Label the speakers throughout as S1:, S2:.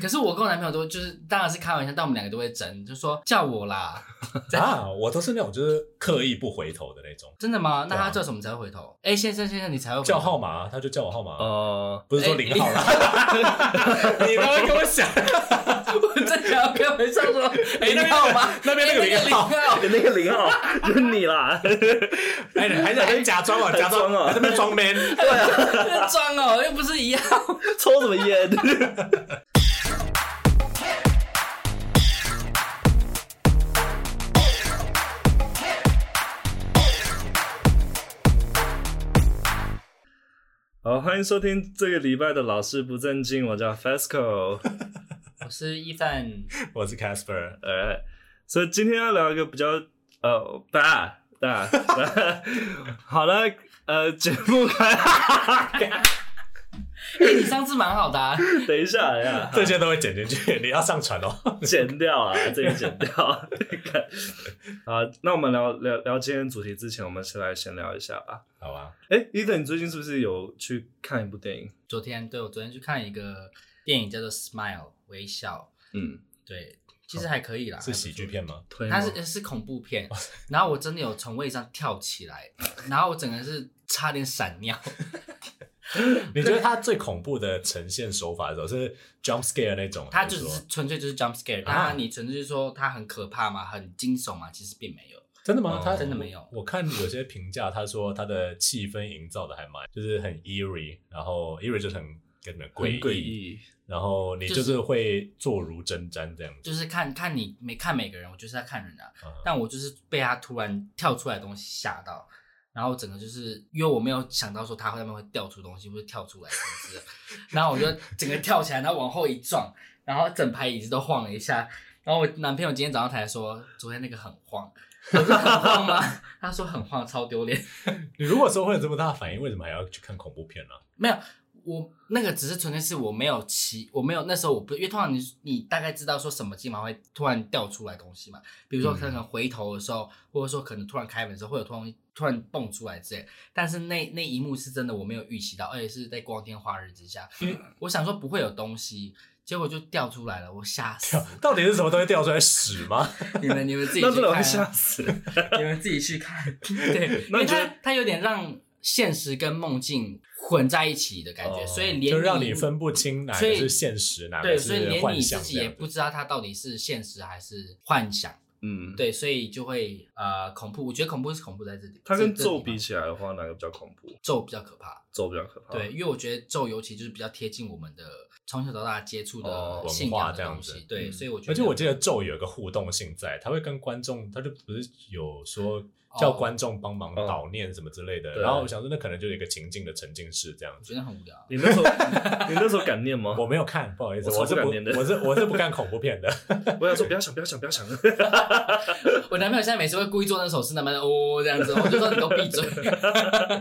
S1: 可是我跟我男朋友都就是当然是开玩笑，但我们两个都会争，就说叫我啦，
S2: 啊，我都是那种就是刻意不回头的那种，
S1: 真的吗？那
S2: 对啊
S1: 他叫什么才会回头？哎、先生先生，你才会回头
S2: 叫号码，他就叫我号码，
S3: 呃，
S2: 不是说
S1: 哎
S2: 零号啦。哦哎你 刚刚跟我讲，
S1: 我真的要跟回上 说，哎、你好吗？
S2: 那边那个
S1: 哎
S2: 零号
S1: 那个
S3: 那个零号就是你啦，
S2: 哎，你还想在假装哦，假装
S3: 装哦
S2: 哦，在那边装 man。
S1: 零号，装哦，又不是一样。
S3: 抽什么烟？ 好，欢迎收听这个礼拜的老师不正经，我叫 Fasco。
S1: 我是一范，
S2: 我是 Casper，
S3: 呃，所以今天要聊一个比较呃大大大， 好了，呃，节目开，
S1: 哎、你上次蛮好的、啊，
S3: 等一下，等哎一下，
S2: 这些都会剪进去，你要上传 哦。
S3: 剪掉啊，这里剪掉。 看啊，那我们聊聊聊今天主题之前，我们先来闲聊一下吧。
S2: 好吧，
S3: 哎，伊等，你最近是不是有去看一部电影？
S1: 昨天对我昨天去看一个电影叫做《Smile》微笑，
S3: 嗯，
S1: 对，其实还可以啦，还
S2: 是
S1: 不错
S2: 喜哦剧。片吗？
S3: 推吗
S1: 它是是恐怖片，然后我真的有从位上跳起来，然后我整个是差点闪尿，
S2: 你觉得它最恐怖的呈现手法是什么是 jump scare 那种？
S1: 它就
S2: 还是
S1: 是
S2: 说
S1: 纯粹就是 jump scare，
S2: 啊
S1: 然后你纯粹说它很可怕嘛，很惊悚嘛，其实并没有。
S2: 啊真的吗
S3: 哦？
S2: 它
S1: 真的没有
S2: 我看有些评价，他说他的气氛营造的还蛮，就是很 eerie，然后 eerie 就是很跟什么
S3: 很
S2: 诡
S3: 诡
S2: 异，
S3: 异，
S2: 然后你
S1: 就
S2: 就是是会坐如针毡这样子。
S1: 就是看看你每看每个人，我就是在看人啊。
S2: 嗯
S1: 但我就是被他突然跳出来的东西吓到，然后整个就是因为我没有想到说他会那边会掉出东西，或者跳出来什么之类的，然后我就整个跳起来，然后往后一撞，然后整排椅子都晃了一下。然后我男朋友今天早上才说，昨天那个很晃。我说很晃吗？ 他说很晃，超丢脸。
S2: 你如果说会有这么大的反应，为什么还要去看恐怖片啊呢、
S1: 没有，我那个只是纯粹是我没有骑，我没有那时候我不，因为通常你你大概知道说什么基本上会突然掉出来东西嘛，比如说
S2: 嗯
S1: 可能回头的时候，或者说可能突然开门的时候会有突然突然蹦出来之类，但是那那一幕是真的我没有预期到，而且是在光天化日之下，因
S3: 嗯
S1: 为我想说不会有东西。结果就掉出来了，我吓死！
S2: 到底是什么东西掉出来屎吗？
S1: 你们你们自己
S3: 那
S1: 去
S3: 真的会
S1: 看、
S3: 吓
S1: 啊，
S3: 死。
S1: 你们自己去看。 对，因
S3: 那
S1: 为
S3: 你觉得
S1: 它它有点让现实跟梦境混在一起的感觉，
S2: 哦
S1: 所以连
S2: 就让你分不清哪
S1: 所
S2: 个
S1: 以
S2: 是现实，哪
S1: 对，
S2: 个
S1: 所以
S2: 是
S1: 连
S2: 幻
S1: 你自
S2: 想
S1: 己
S2: 这
S1: 也
S2: 样
S1: 不
S2: 子。
S1: 知道它到底是现实还是幻想，
S3: 嗯，，
S1: 对，所以就会呃恐怖。我觉得恐怖是恐怖在这里，
S3: 它跟
S1: 这这
S3: 咒
S1: 地方
S3: 比起来的话，哪个比较恐怖？
S1: 咒比较可怕，
S3: 咒比较
S2: 哦
S3: 可怕。
S1: 对，，因为我觉得咒尤其就是比较贴近我们的从小到大接触
S3: 哦
S1: 的
S2: 文
S1: 信
S2: 化
S1: 仰
S2: 这
S1: 的
S2: 样
S1: 东
S2: 子
S1: 西，对，
S3: 嗯
S1: 所以我觉得，
S2: 而且我记得咒有一个互动性在，他会跟观众，他就不是有说
S1: 哦
S2: 叫观众帮忙
S3: 哦
S2: 悼念什么之类的。
S3: 对
S2: 然后我想说，那可能就有一个情境的沉浸式这样
S1: 觉
S2: 子。
S1: 得很无聊。
S3: 你那时候你那时候敢念吗？
S2: 我没有看，不好意思，
S3: 哦我
S2: 我
S3: 超
S2: 是
S3: 不敢
S2: 不
S3: 念的
S2: 我是我是不看恐怖 片的。
S3: 我想说不要想，不要想，不要想。
S1: 我男朋友现在每次会故意做那手势，那么哦这样子，我就说你都 闭嘴。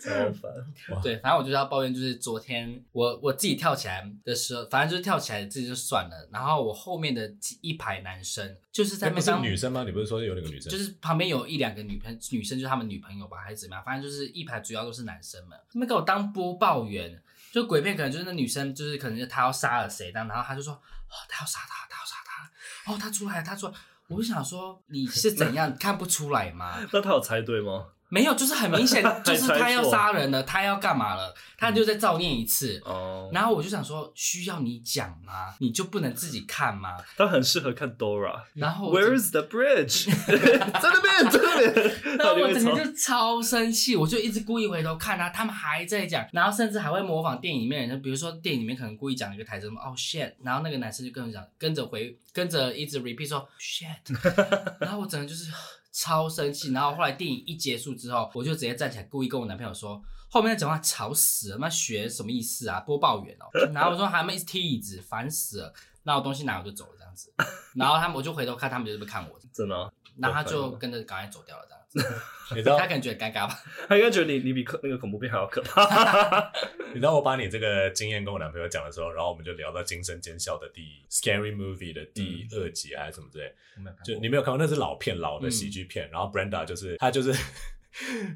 S3: 超烦。
S1: 对，反正我就是要抱怨，就是昨天我我自己跳起来的时候，反正就是跳起来自己就算了，然后我后面的几一排男生就是在那
S2: 那不
S1: 边
S2: 是
S1: 当
S2: 女生吗？你不是说有那个女生？
S1: 就是旁边有一两个女朋女生，就是他们女朋友吧，还是怎么样？反正就是一排主要都是男生们，他们给我当播报员。就鬼片可能就是那女生，就是可能就她要杀了谁，但然后她就说哦，她要杀他，她要杀他，哦，她出来了，她出来了。我就想说你是怎 样看不出来吗？
S3: 那他有猜对吗？
S1: 没有，就是很明 显，就是她
S3: 还猜
S1: 要
S3: 错嗯
S1: 杀人了，她要干嘛了？她就再照念一次。
S3: 哦，
S1: 然后我就想说，需要你讲吗？你就不能自己看吗？
S3: 他很适合看 Dora。
S1: 然后我就
S3: Where is the bridge？在 那边，在 那边。
S1: 然后我
S3: 他
S1: 整
S3: 就
S1: 个
S3: 会
S1: 就超生气，我就一直故意回头看啊他，他们还在讲，然后甚至还会模仿电影里面的人，比如说电影里面可能故意讲一个台词什么哦 shit，然后那个男生就跟着讲，跟着回，跟着一直 repeat 说，Oh shit，然 后我整个就是超生气，然后后来电影一结束之后，我就直接站起来故意跟我男朋友说。后面在讲话吵死了，那学什么意思啊？播报员哦，然后我说他们一直踢椅子，烦死了。那我东西拿我就走了这样子，然后他们我就回头看，他们就是不看我，
S3: 真的啊，
S1: 然后他就跟着赶快走掉了这样子。
S2: 你知道
S1: 他可能觉得尴尬吧？
S3: 他应该觉得你你比可那个恐怖片还要可怕。
S2: 你知道我把你这个经验跟我男朋友讲的时候，然后我们就聊到《惊声尖笑》的
S1: 嗯
S2: 第 Scary Movie 的第二
S1: 嗯
S2: 集还是什么之类，就你没有看过，那是老片，老的喜剧片。然后 Brenda 就是她就是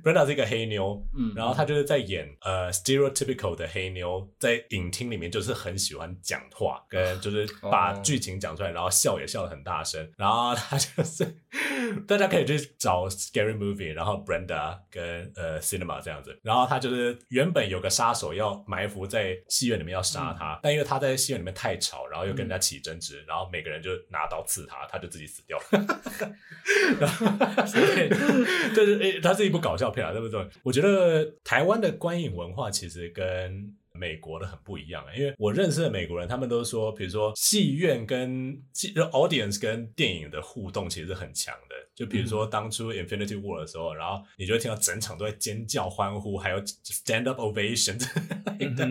S2: Brenda 是一个黑妞，
S1: 嗯，
S2: 然后她就是在演呃 stereotypical 的黑妞，在影厅里面就是很喜欢讲话，跟就是把
S1: 哦
S2: 剧情讲出来，然后笑也笑得很大声。然后她就是 大家可以去找 Scary Movie，然后 Brenda 跟呃 Cinema 这样子。然后她就是原本有个杀手要埋伏在戏院里面要杀他，但因为他在戏院里面太吵，然后又跟人家起争执，然后每个人就拿刀刺他，他就自己死掉了。 但是诶、它是一部搞笑片啊，对不对？我觉得台湾的观影文化其实跟美国的很不一样、啊因为我认识的美国人，他们都说，比如说戏院跟戏就 audience 跟电影的互动其实是很强的。就比如
S1: 嗯
S2: 说当初 Infinity War 的时候，然后你就会听到整场都在尖叫、欢呼，还有 stand up ovation 之类的。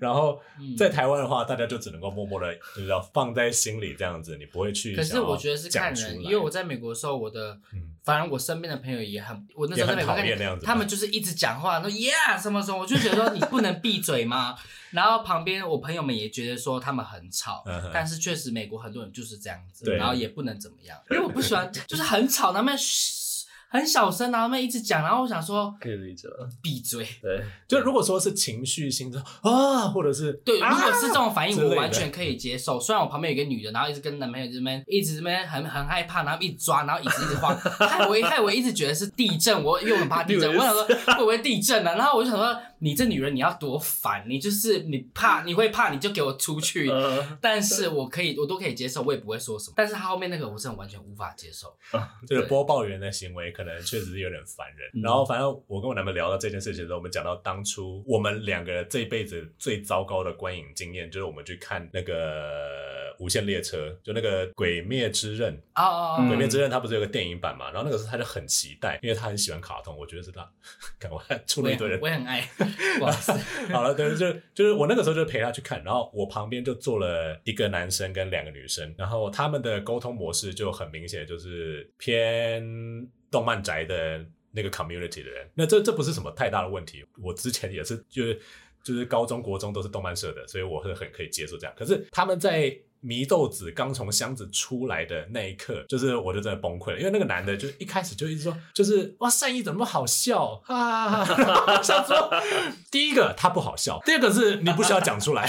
S2: 然后
S1: 嗯
S2: 在台湾的话，大家就只能够默默的，就是要放在心里这样子，你不会去
S1: 可
S2: 想
S1: 是
S2: 要讲出来。
S1: 我觉得是看人，因为我在美国的时候，我的、
S2: 嗯
S1: 反正我身边的朋友也很，我那时候在美国
S2: 也很讨厌
S1: 看
S2: 那样子
S1: 他们就是一直讲话，说 yeah 什么什么，我就觉得说你不能闭嘴吗？ 然后旁边我朋友们也觉得说他们很吵，
S2: 嗯哼
S1: 但是确实美国很多人就是这样子，
S2: 对
S1: 然后也不能怎么样，因为我不喜欢 就是很吵，他们嘘很小声，然后他们一直讲，然后我想说
S3: 可以理解了。
S1: 闭嘴。
S3: 对，
S2: 就如果说是情绪性的啊，或者是
S1: 对，
S2: 啊
S1: 如果是这种反应，
S2: 之类
S1: 我
S2: 的
S1: 完全可以接受。虽然我旁边有一个女的，然后一直跟男朋友这边一直这边很很害怕，然后一直抓，然后椅子一直晃，害我害我一直觉得是地震，我因为我很怕地震，
S3: 你以
S1: 我
S3: 为
S1: 想
S3: 是
S1: 说会不会地震呢、啊？然后我就想说，你这女人你要多烦，你就是你怕你会怕，你就给我出 去。
S3: 呃，
S1: 但是我可以，我都可以接受，我也不会说什么。但是他后面那个，我真的完全无法接受。
S2: 就是播报员的行为，可能确实是有点烦人。
S1: 嗯
S2: 然后，反正我跟我男朋友聊到这件事情的时候，我们讲到当初我们两个这一辈子最糟糕的观影经验，就是我们去看那个《无限列车》，就那个《鬼灭之刃》。
S1: 哦哦
S2: 《鬼
S1: 哦，
S2: 灭之刃》它不是有个电影版嘛？然后那个时候他就很期待，因为他很喜欢卡通。我觉得是他， 赶快出
S1: 我
S2: 了一
S1: 也
S2: 堆人
S1: 我也很爱，不好意思。
S2: 好了，对，就是就是我那个时候就陪他去看，然后我旁边就坐了一个男生跟两个女生，然后他们的沟通模式就很明显，就是偏动漫宅的那个 community 的人。那这这不是什么太大的问题，我之前也是就是就是高中国中都是动漫社的，所以我是很可以接受这样。可是他们在。祢豆子刚从箱子出来的那一刻，就是我就真的崩溃了，因为那个男的就一开始就一直说，就是哇善意怎么那么好笑，哈哈哈哈哈，我想说第一个他不好笑，第二个是你不需要讲出来，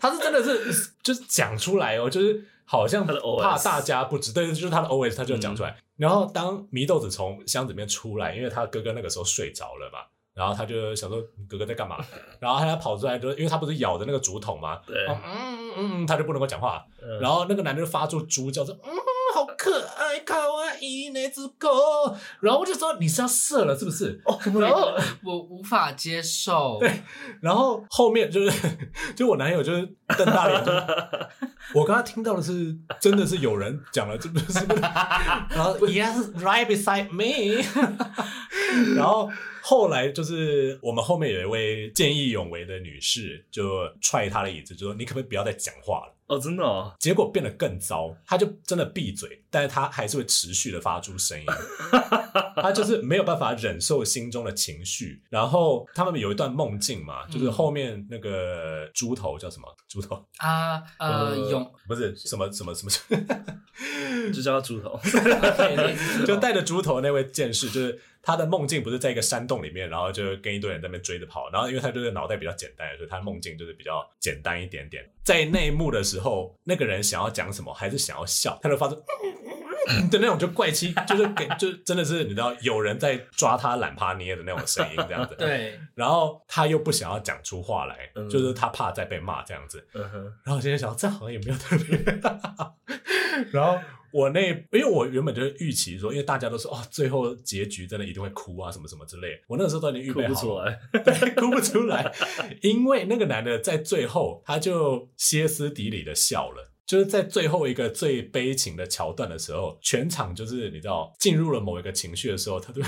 S2: 他是真的是就是讲出来哦，就是好像
S3: 他的 OS
S2: 怕大家不知，对，就是他的 OS 他就讲出来。然后当祢豆子从箱子里面出来，因为他哥哥那个时候睡着了嘛，然后他就想说哥哥在干嘛，然后他跑出来就因为他不是咬着那个竹筒嘛，
S3: 对，
S2: 哦嗯嗯嗯，他就不能够讲话，
S3: 嗯
S2: 然后那个男的就发出猪叫说，嗯，好可爱，卡哇伊那只狗，然后我就说你是要射了是不是？然后
S1: 我无法接受。
S2: 然后后面就是 就我男友就是瞪大眼 睛，我刚刚听到的是真的是有人讲了，这不是， 然后 Yes right beside me，然后后来就是我们后面有一位见义勇为的女士就踹他的椅子，就说你可不可以不要再讲话了。
S3: 哦，真的哦，
S2: 结果变得更糟，他就真的闭嘴，但是他还是会持续的发出声音，他就是没有办法忍受心中的情绪。然后他们有一段梦境嘛，就是后面那个猪头叫什么？猪头
S1: 啊呃，
S3: 呃
S1: 勇
S2: 不是什么什么什么，
S3: 就叫他猪头。
S1: 对类似这种
S2: 就带着猪头那位剑士，就是他的梦境不是在一个山洞里面，然后就跟一堆人在那边追着跑，然后因为他就是脑袋比较简单，所以他梦境就是比较简单一点点。在那一幕的时候，那个人想要讲什么，还是想要笑，他就发出嗯的那种就怪气，就是给就真的是你知道有人在抓他懒趴捏的那种声音这样子。，
S1: 对。
S2: 然后他又不想要讲出话来，
S3: 嗯
S2: 就是他怕再被骂这样子。
S3: 嗯哼，
S2: 然后我今天想，这好像也没有特别。 然后我那，因为我原本就是预期说，因为大家都说哦，最后结局真的一定会哭啊，什么什么之类的。我那个时候都已经预
S3: 哭
S2: 备
S3: 不
S2: 好
S3: 出
S2: 了，
S3: 来。
S2: 对，哭不出来，因为那个男的在最后他就歇斯底里的笑了。就是在最后一个最悲情的桥段的时候，全场就是你知道进入了某一个情绪的时候，他就，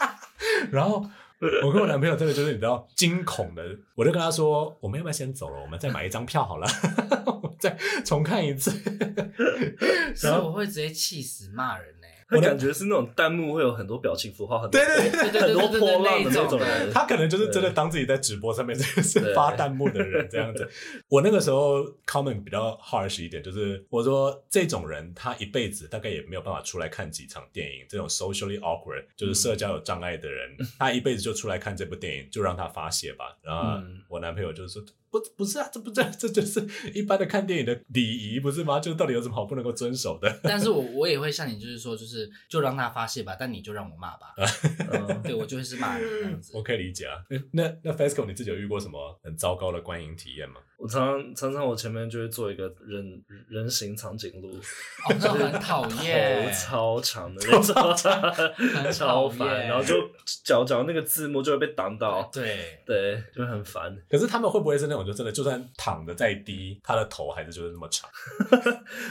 S2: 然后我跟我男朋友真的就是你知道惊恐的，我就跟他说，我们要不要先走了？我们再买一张票好了， 我再重看一次。
S1: 是我会直接气死骂人呢、欸
S3: 他
S2: 我的
S3: 感觉是那种弹幕会有很多表情符号，很多
S2: 对对对，
S1: 对对
S3: 很
S1: 对
S3: 多
S1: 对对对，
S3: 波浪的
S1: 那
S3: 那种人
S1: 的，
S2: 他可能就是真的当自己在直播上面就是发弹幕的人这样子。我那个时候 comment 比较 harsh 一点，就是我说这种人他一辈子大概也没有办法出来看几场电影，这种 socially awkward 就是社交有障碍的人，他一辈子就出来看这部电影，就让他发泄吧。然后
S3: 嗯
S2: 我男朋友就说。不，不是啊， 这不这这就是一般的看电影的礼仪，不是吗？就是到底有什么好不能够遵守的？
S1: 但是我我也会像你，就是说，就是就让他发泄吧，但你就让我骂吧，
S3: 嗯
S1: 对我就会是骂人这样子
S2: 我。可以理解啊。那那 FESCO 你自己有遇过什么很糟糕的观影体验吗？
S3: 我常常常常我前面就会做一个人人形长颈鹿，
S1: 哦，那很讨厌
S3: 头，超长的那种，
S1: 很 讨
S3: 超烦，
S1: 厌
S3: 然后就脚脚那个字幕就会被挡到，
S1: 对，
S3: 对，就很烦。
S2: 可是他们会不会是那种就真的就算躺的再低，他的头还是就是那么 长，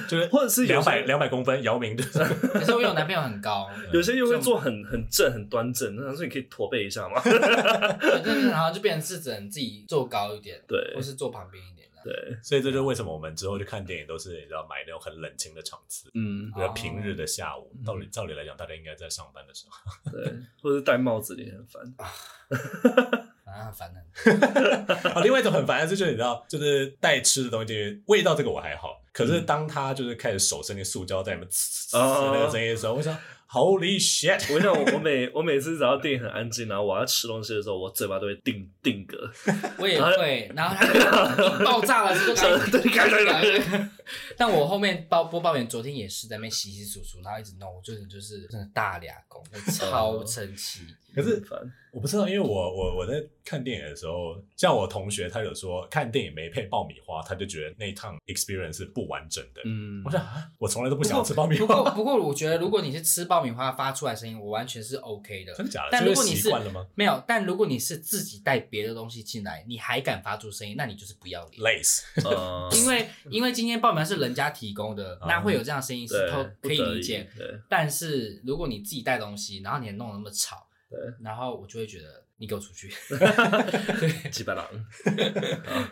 S2: 就是
S3: 或者是有
S2: 两
S3: 些
S2: 百两百公分，姚明 就是
S1: 可是我有男朋友很高，
S3: 有些又会做很很正很端正，那说你可以驼背一下 吗？
S1: 对对对然后就变成是只能自己坐高一点，
S3: 对
S1: 或是坐旁边一点的。
S3: 对，
S2: 所以这就是为什么我们之后去看电影都是你知道买那种很冷清的场次，
S3: 嗯，
S2: 比如平日的下
S3: 哦
S2: 午，道理照理来讲大家应该在上班的时候，
S3: 对，或者戴帽子也很烦。
S1: 反正很烦人。
S2: 啊，另外一种很烦的是就是你知道就是带吃的东西进去，味道这个我还好，可是当他就是开始手伸进塑胶袋里面呲呲呲
S3: 哦
S2: 那个声音的时候，我想 Holy shit！
S3: 我想我我每我每次只要电影很安静，然后我要吃东西的时候，我嘴巴都会定定格，
S1: 我也会，然后他就爆炸了，就赶紧
S3: 对赶紧赶紧
S1: 赶紧 但我后面报播报员昨天也是在那边洗洗簌簌，然后一直弄，我就是就是真的大俩工，我超生气。
S2: 可是
S3: 很 烦。
S2: 我不知道，因为我我我在看电影的时候，像我同学他有说看电影没配爆米花，他就觉得那一趟 experience 是不完整的。
S3: 嗯
S2: 我，想啊，我从来都不想吃爆米
S1: 不
S2: 花，
S1: 过不过，我觉得如果你是吃爆米花发出来声音，我完全是 OK 的。
S2: 真的假的？
S1: 但如果
S2: 这
S1: 你
S2: 是
S1: 是
S2: 习惯了吗？
S1: 没有，但如果你是自己带别的东西进来，你还敢发出声音，那你就是不要脸。
S2: 累死，
S3: 呃
S1: 因为因为今天爆米花是人家提供的，
S2: 啊
S1: 那会有这样的声音是
S3: 对
S1: 都，
S3: 不
S1: 可以
S3: 得
S1: 理
S3: 已
S1: 解。。
S3: 对，
S1: 但是如果你自己带东西，然后你还弄得那么吵，
S3: 对，
S1: 然后我就会觉得你给我出 去。
S3: 几百狼。好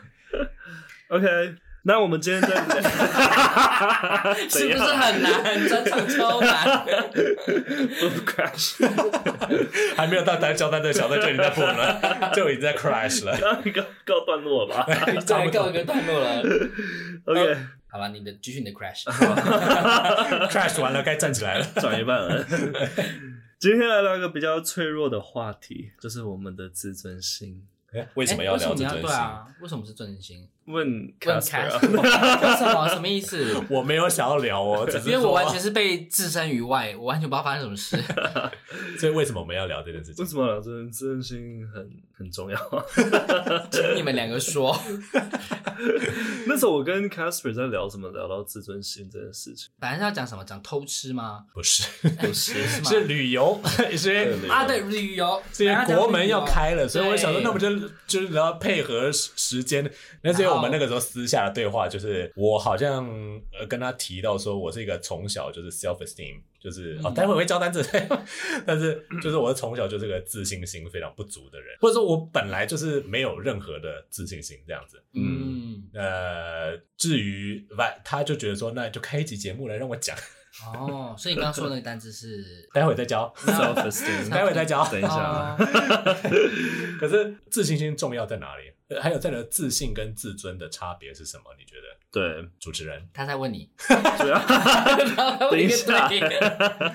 S3: OK，那我们今 天 这
S1: 是
S3: 怎
S1: 不是
S3: 样
S1: 很难？整场 超难。
S3: 不 crash？
S2: 还没有到单交单的小队就已经在破了，就已经在 crash 了。
S3: 告告段落吧。
S1: 再来告一个段落了。
S3: OK，
S1: 好了，你的继续你的 crash。
S2: crash 完了该站起来了。
S3: 转一半 了。今天来聊一个比较脆弱的话题，就是我们的自尊心。
S2: 哎 为
S1: 为
S2: 什么要聊自
S1: 什么你要
S2: 尊心
S1: 对？啊，为什么是真心？
S3: 问
S1: 问
S3: Casper，
S1: crash
S3: 啊
S1: 为什么？什么意思？
S2: 我没有想要聊哦，只是
S1: 因为我
S2: 说
S1: 完全是被置身于外，我完全不知道发生什么 事。
S2: 所以为什么我们要聊这件事情
S3: 为？什么聊自自尊心很很重要？啊
S1: 请你们两个说。
S3: 那时候我跟 Casper 在聊什么？聊到自尊心这件 事情，
S1: 本来是要讲什么？讲偷吃吗？
S2: 不是，
S3: 不是
S1: 是吗
S2: 是旅游，是因为
S3: 对
S1: 啊，对，旅游，
S2: 这些国门要开了，
S1: 对
S2: 所以我想说，那我们就就是要配合时时间。那所以我们那个时候私下的对话，就是我好像呃跟他提到说，我是一个从小就是 self esteem，就是、哦，
S1: 嗯
S2: 待会我会教单词， 但是就是我从小就是个自信心非常不足的人，或者说我本来就是没有任何的自信心这样子。
S1: 嗯，
S2: 呃，至于完，他就觉得说，那就开一集节目来让我讲，
S1: 哦，所以你刚刚说的那个单词是
S2: 待会再教，
S3: self esteem。
S2: 待会再教。
S3: 等一
S2: 啊
S3: 下，啊
S1: 哦
S2: 可是自信心重要在哪里？呃还有在你的自信跟自尊的差别是什么？你觉得？
S3: 对，
S2: 主持人，
S1: 他在问你，
S3: 主 要。
S1: 等
S3: 等一下，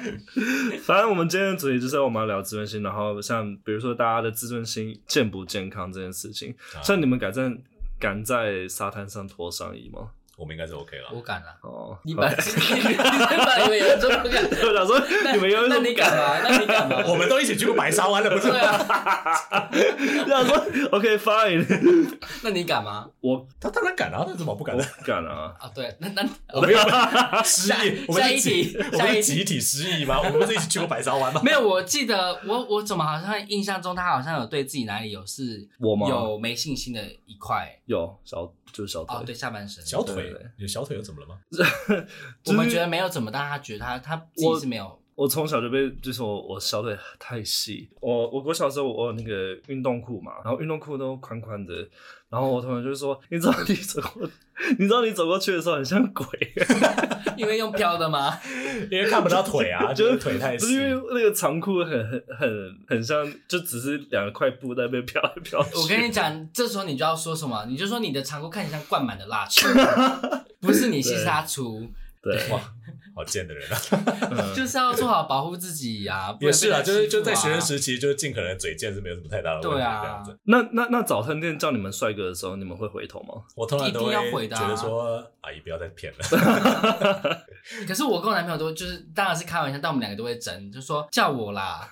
S3: 反正我们今天的主题就是我们要聊自尊心，然后像比如说大家的自尊心健不健康这件事情，
S2: 啊
S3: 像你们敢在敢在沙滩上脱上衣吗？
S2: 我们应该是 OK 了
S1: 我。敢了，
S3: 哦，
S1: 你把 你把以为有人说不敢，
S3: 我想说
S1: 那
S3: 你们有一
S1: 那
S3: 种
S1: 你敢吗？那你敢吗？
S2: 我们都一起去过白沙湾了，不是
S1: 对？啊，
S3: 我想说 OK fine，
S1: 那你敢吗？
S3: 我
S2: 他当然敢啊，他怎么不敢
S3: 我
S2: 呢？
S3: 不敢啊，
S1: 啊，对，那那
S2: 我们有 失
S1: 下
S2: 忆，我们
S1: 下
S2: 是
S1: 一
S2: 集
S1: 题，
S2: 我
S1: 下
S2: 们是
S1: 一
S2: 集体失忆吗？我们不是一起去过白沙湾吗？
S1: 没有，我记得我我怎么好像印象中他好像有对自己哪里有是
S3: 我吗
S1: 有没信心的一块
S3: 有小就是小
S1: 哦，
S3: 腿，
S1: 对下半身。
S2: 小
S3: 对
S2: 腿
S3: 对对，
S2: 你的小腿又怎么了吗？
S1: 我们觉得没有怎么，但他觉得他他自己是没有
S3: 我从小就被，就是我我小腿太细，我我我小时候我有那个运动裤嘛，然后运动裤都宽宽的，然后我同学就说，你知道你走过， 你知道你走过去的时候很像鬼，啊
S1: 因为用飘的吗？
S2: 因为看不到 腿啊，就是腿太
S3: 不
S2: 细
S3: 是。因为那个长裤很很很很像，就只是两块布在那边飘来飘去。
S1: 我跟你讲，这时候你就要说什么？你就说你的长裤看起来像灌满的蜡 烛，不是你细沙厨，
S3: 对，
S2: 哇，好贱的人啊！
S3: 嗯
S1: 就是要做好保护自己 呀、不
S2: 也
S1: 能
S2: 是
S1: 被
S2: 啊，
S1: 他
S2: 就是
S1: 欺负
S2: 就在学生
S1: 啊
S2: 时期，就是尽可能嘴贱是没有什么太大的问题。
S1: 对啊
S2: 这样子，
S3: 那那那早餐店叫你们帅哥的时候，你们会回头吗？
S2: 我通常都
S1: 一定要回
S2: 会
S1: 的
S2: 觉
S1: 啊
S2: 得说，阿姨不要再骗了。
S1: 可是我跟我男朋友都就是当然是开玩笑，但我们两个都会争，就说叫我啦，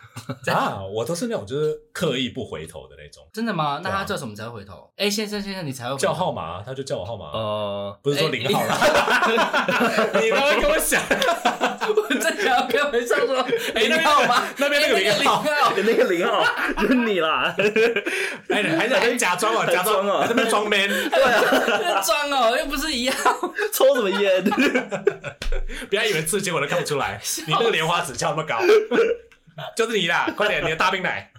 S2: 啊，我都是那种就是刻意不回头的那种，
S1: 真的吗？那
S2: 对啊
S1: 他叫什么才会回头？哎、先生先生，你才会回头
S2: 叫号码啊，他就叫我号码啊，
S3: 哦、
S2: 不是说
S1: 哎
S2: 零号哎啦。你 刚刚跟我想，
S1: 我 正想要跟回上说，哎、
S2: 那边
S1: 号吗？
S2: 那边那个
S1: 哎
S2: 零号
S1: 号，
S3: 那个零号就是你啦，
S2: 哎，你还想跟假装哦，假装
S3: 还装哦
S2: 还在那边装 man，
S1: 那装哦，又不是一样。
S3: 抽什么烟？
S2: 不要以为刺激我都看不出来，你那个莲花指翘那么高， 就是你啦，快点，你的大冰奶。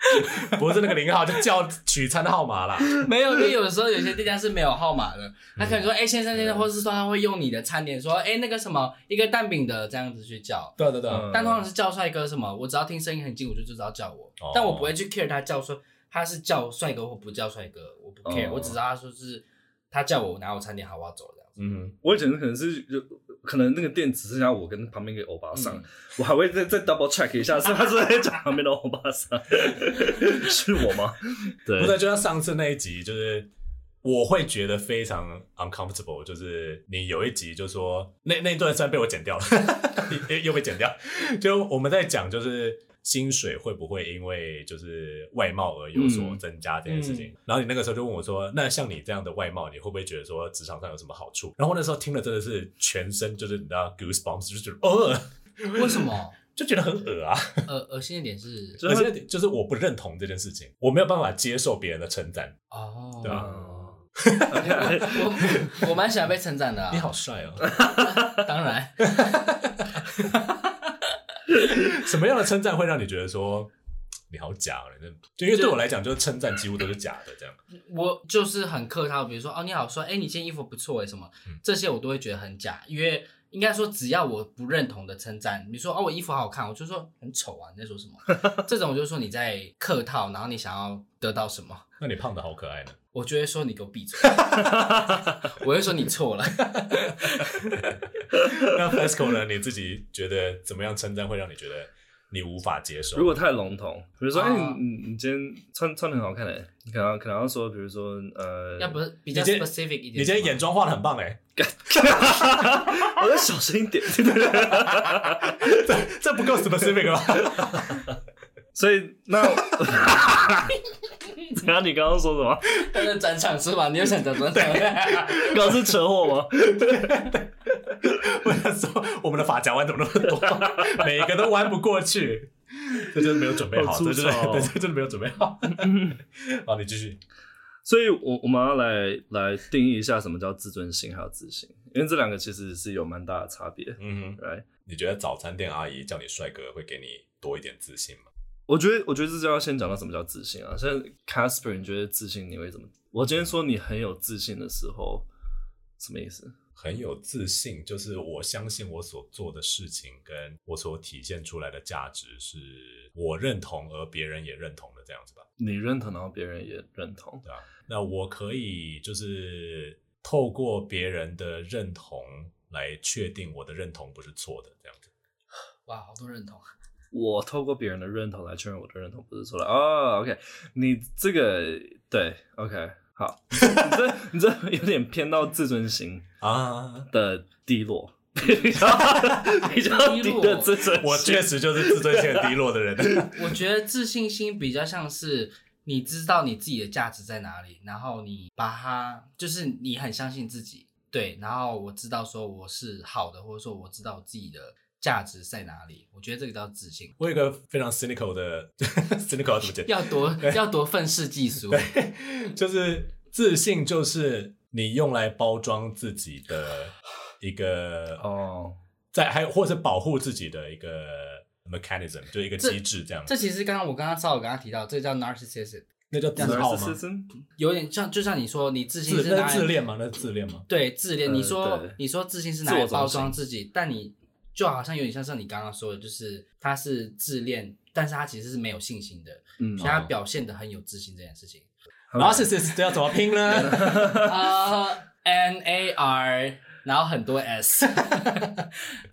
S2: 不是那个零号，就叫取餐号码啦。
S1: 没有，因为有时候有些店家是没有号码的，他可能
S2: 嗯
S1: 说，哎、先生先生，或者是说他会用你的餐点说，哎、那个什么一个蛋饼的这样子去叫。
S2: 对啊对啊对啊，
S3: 嗯
S1: 但通常是叫帅哥什么，我只要听声音很近，我就知道叫我，
S2: 哦
S1: 但我不会去 care 他叫说他是叫帅哥或不叫帅哥，我不 care，、
S3: 哦
S1: 我只知道他说是他叫我拿我餐点，好，我要走这样子。
S2: 嗯，
S3: 我以前可能是有，可能那个店只剩下我跟旁边一个欧巴桑，
S1: 嗯
S3: 我还会再再 double check 一下，是他是在讲旁边的欧巴桑，是我吗？对
S2: 不对，就像上次那一集，就是我会觉得非常 uncomfortable，就是你有一集就说那那一段虽然被我剪掉了， 又又被剪掉，就我们在讲就是。薪水会不会因为就是外貌而有所
S3: 嗯
S2: 增加这件事情？
S1: 嗯
S2: 然后你那个时候就问我说：“那像你这样的外貌，你会不会觉得说职场上有什么好处？”然后我那时候听了真的是全身就是你知道 goosebumps，就觉得呃，
S1: 为什 么？
S2: 就觉得很恶啊。
S1: 呃，恶心的点是
S3: 就
S2: 而
S3: 是他
S2: 且就是我不认同这件事情，我没有办法接受别人的称赞。
S1: 哦，
S2: 对啊
S3: 哦
S1: 我 我蛮喜欢被称赞的、啊。
S2: 你，好帅哦！
S1: 当然，
S2: 什么样的称赞会让你觉得说你好假人？真的就因为对我来讲，就是称赞几乎都是假的这样。
S1: 我就是很客套，比如说哦，你好帅，哎、你今天衣服不错哎、什么
S2: 嗯
S1: 这些我都会觉得很假，因为应该说只要我不认同的称赞，你说哦我衣服好好看，我就说很丑啊，你在说什么？ 这种我就说你在客套，然后你想要得到什么？
S2: 那你胖的好可爱呢？
S1: 我就会说你给我闭嘴， 我会说你错 了。
S2: 那 Fesco 呢？你自己觉得怎么样称赞会让你觉得你无法接受？
S3: 如果太笼统，比如说，
S1: 啊
S3: 哎、你你你今天穿穿的很好看诶、欸你可能要可能要说，比如说，呃，
S1: 要不是比较
S2: 你今天
S1: specific 一点，
S2: 你今天 眼妆画的很棒哎，
S3: 我再哦小声一点。
S2: 这这不够 specific 哦吗？
S3: 所以那，然后你刚刚说什么？
S1: 他在转场是吧？你又想转 转场？
S3: 刚刚是车祸吗？
S2: 我想说我们的发夹弯怎么那么多， 每一个都弯不过去，这就是没有准备好，
S3: 好
S2: 这
S3: 粗
S2: 就是
S3: 糙哦
S2: 对，这就是没有准备好。 好，你继续。
S3: 所以我我们要来来定义一下什么叫自尊心还有自信，因为这两个其实是有蛮大的差别。
S2: 嗯哼，
S3: right？
S2: 你觉得早餐店阿姨叫你帅哥会给你多一点自信吗？
S3: 我觉得，我觉得这就要先讲到什么叫自信啊。像 Casper，你觉得自信你会怎么？我今天说你很有自信的时候，什么意思？
S2: 很有自信，就是我相信我所做的事情跟我所体现出来的价值是我认同，而别人也认同的这样子吧，
S3: 你认同，然后别人也认同。
S2: 对吧？那我可以就是透过别人的认同来确定我的认同不是错的，这样子。
S1: 哇，好多认同。
S3: 我透过别人的认同来确认我的认同不是错的哦。OK，你这个对 OK 好， 你这你这有点偏到自尊心
S2: 啊，
S3: 的低落，比较比较低的自尊 心。
S2: 我确实就是自尊心很低落的人。
S1: 我觉得自信心比较像是你知道你自己的价值在哪里，然后你把它，就是你很相信自己，对，然后我知道说我是好的，或者说我知道我自己的价值在哪 里，我觉得这个叫自信。
S2: 我有一个非常 cynical 的 cynical 要怎么讲？
S1: 要多要多愤世嫉俗，
S2: 就是自信，就是你用来包装自己的一个
S3: 哦，
S2: 在还有或者是保护自己的一个 mechanism，就是一个机制这样
S1: 这其实刚刚我刚刚稍有跟他提到，这叫 narcissism，
S2: 那叫自傲吗？
S3: Narcissism？
S1: 有点像就像你说你自信
S2: 自
S1: 是
S2: 那
S1: 拿
S2: 是
S1: 来
S2: 自恋吗？那是自恋吗？
S1: 对自恋，
S3: 呃
S1: 你说
S3: 对
S1: 你说自信是拿
S3: 自
S1: 来
S3: 我中
S1: 包装
S3: 心
S1: 自己，但你就好像有点像像你刚刚说的，就是他是自恋，但是他其实是没有信心的，
S3: 嗯
S1: 所以他表现的很有自信这件事 情。
S2: 然后是是是要怎么拼呢？
S1: 啊，N A R，然后很多 S，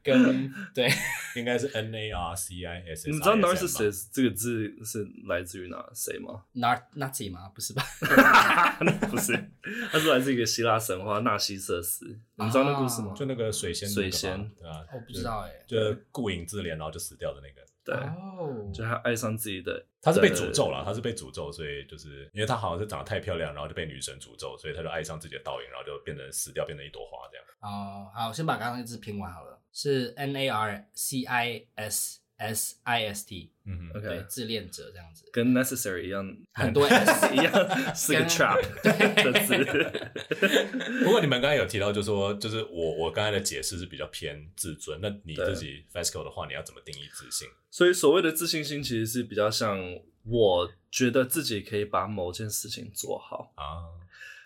S1: 跟对
S2: 应该是 N A R C I S，
S3: 你们知道
S2: S I S M 吧
S3: narcissist 这个字是来自于哪谁吗？
S1: Nar Nazi 吗？不是吧？
S3: 不是，它是来自一个希腊神话纳西瑟斯。你们知道那故事吗？
S2: 就那个水仙那个吧，
S3: 水仙
S2: 对啊，
S1: 我不知道哎。
S2: 就，就是顾影自怜然后就死掉的那个。
S3: 对，
S1: 哦，
S3: 就他爱上自己的，
S2: 他是被诅咒了，他是被诅咒，所以就是因为他好像是长得太漂亮，然后就被女神诅咒，所以他就爱上自己的倒影，然后就变成死掉，变成一朵花这样。
S1: 哦，好，先把刚刚那字拼完好了，是 N A R C I S S I S T，
S2: 嗯哼
S3: OK
S1: 对，自恋者这样子，
S3: 跟 necessary 一样，
S1: 很多 S
S3: 一样是个
S1: 跟
S3: trap 的字。
S2: 不过你们刚才有提到，就是说，就是我我刚才的解释是比较偏自尊，那你自己 FESCO 的话，你要怎么定义自信？
S3: 所以所谓的自信心，其实是比较像我觉得自己可以把某件事情做好。
S2: 啊，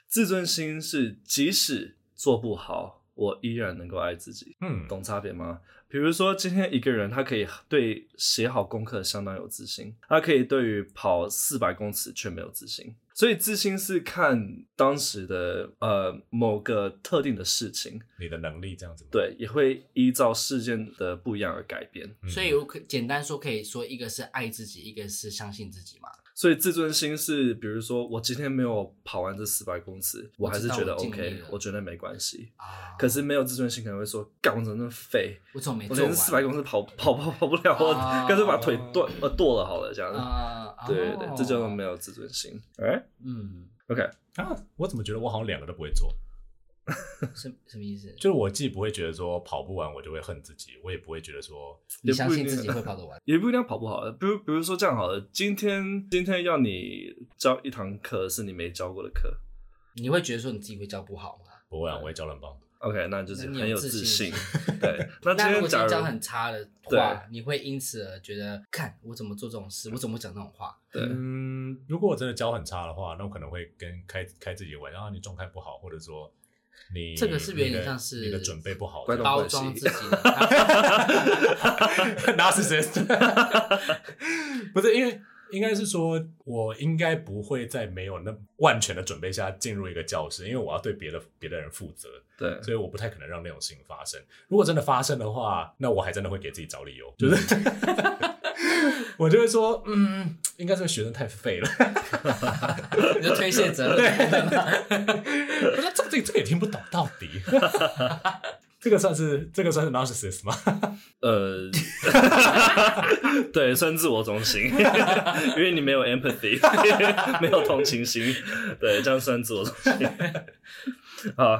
S3: 自尊心是即使做不好，我依然能够爱自己。
S2: 嗯，
S3: 懂差别吗？比如说，今天一个人他可以对写好功课相当有自信，他可以对于跑四百公尺却没有自信。所以自信是看当时的呃某个特定的事情，
S2: 你的能力这样子吗，
S3: 对，也会依照事件的不一样而改变。
S2: 嗯
S1: 所以我可简单说，可以说一个是爱自己，一个是相信自己嘛。
S3: 所以自尊心是，比如说我今天没有跑完这四百公尺，我还是觉得
S1: 我知道我尽力
S3: OK，
S1: 了
S3: 我觉得没关系。
S1: 啊，
S3: 可是没有自尊心可能会说，干我怎么那么废？
S1: 我怎么没
S3: 我
S1: 做
S3: 连
S1: 完？
S3: 四百公尺跑跑跑跑不了，我
S1: 啊
S3: 干脆把腿断呃剁了好了，这样。
S1: 啊，
S3: 对对对
S1: 哦，
S3: 这叫做没有自尊心。哎
S1: 嗯，
S3: ，OK，
S2: 啊，我怎么觉得我好像两个都不会做？
S1: 什什么意思？
S2: 就是我既不会觉得说跑不完我就会恨自己，我也不会觉得说
S1: 你
S3: 也
S1: 相
S3: 不一
S1: 信
S3: 定啊
S1: 自己会跑得完
S3: 也不一定要跑不好，比如比如说这样好了，今天今天要你教一堂课是你没教过的课
S1: 你会觉得说你自己会教不好吗？
S2: 不会啊，我会教人帮。
S3: ，OK，那就是
S1: 那你
S3: 很
S1: 有
S3: 有
S1: 自
S3: 自
S1: 信
S3: 信。对，那 今
S1: 那如
S3: 天
S1: 果今
S3: 假
S1: 天
S3: 如
S1: 教很差的话，你会因此而觉得，看我怎么做这种事，我怎么会讲这种话？
S3: 对
S2: 嗯，如果我真的教很差的话，那我可能会跟开开自己玩，然后你状态不好，或者说你
S1: 这个是不是有点
S2: 你的
S1: 像是
S2: 你的准备不好，
S3: 怪动
S1: 包
S3: 关系
S1: 装自己的，
S2: narcissist，不是因为应该是说，我应该不会在没有那万全的准备下进入一个教室，因为我要对别的别的人负责，
S3: 对
S2: 所以我不太可能让那种事情发生。如果真的发生的话，那我还真的会给自己找理由，就是 我就会说，嗯，应该这个学生太废了。
S1: 你就推卸责 任。
S2: 我说这个这个这个也听不懂到底。 这个算是这个算是 narcissist 吗？
S3: 呃， 对，算自我中心， 因为你没有 empathy，没 有同情心，对，这样算自我中心。好，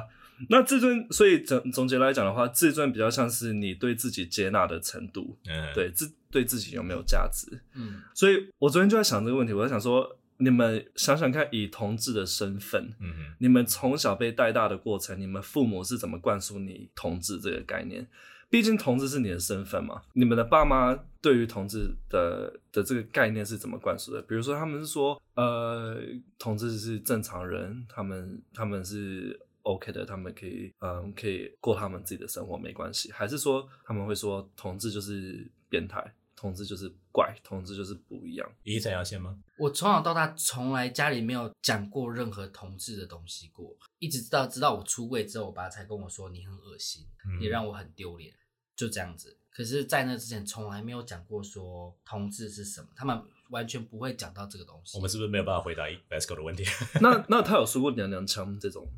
S3: 那自尊，所以总总结来讲的话，自尊比较像是你对自己接纳的程度，
S2: 嗯，
S3: 对自对自己有没有价值。
S1: 嗯，
S3: 所以我昨天就在想这个问题，我在想说，你们想想看，以同志的身份，
S2: 嗯哼，
S3: 你们从小被带大的过程，你们父母是怎么灌输你同志这个概念？毕竟同志是你的身份嘛，你们的爸妈对于同志的的这个概念是怎么灌输的？比如说他们是说，呃，同志是正常人，他们他们是 OK 的，他们可以嗯可以过他们自己的生活，没关系。还是说他们会说同志就是变态，同志就是怪，同志就是不一样？
S2: 一三要先吗？
S1: 我从小到大从来家里没有讲过任何同志的东西过，一直到直到我出柜之后，我爸才跟我说你很恶心，
S2: 嗯
S1: 也让我很丢脸，就这样子。可是，在那之前从来没有讲过说同志是什么，他们完全不会讲到这个东西。
S2: 我们是不是没有办法回答 Vasco 的问题？
S3: 那那他有说过娘娘腔这种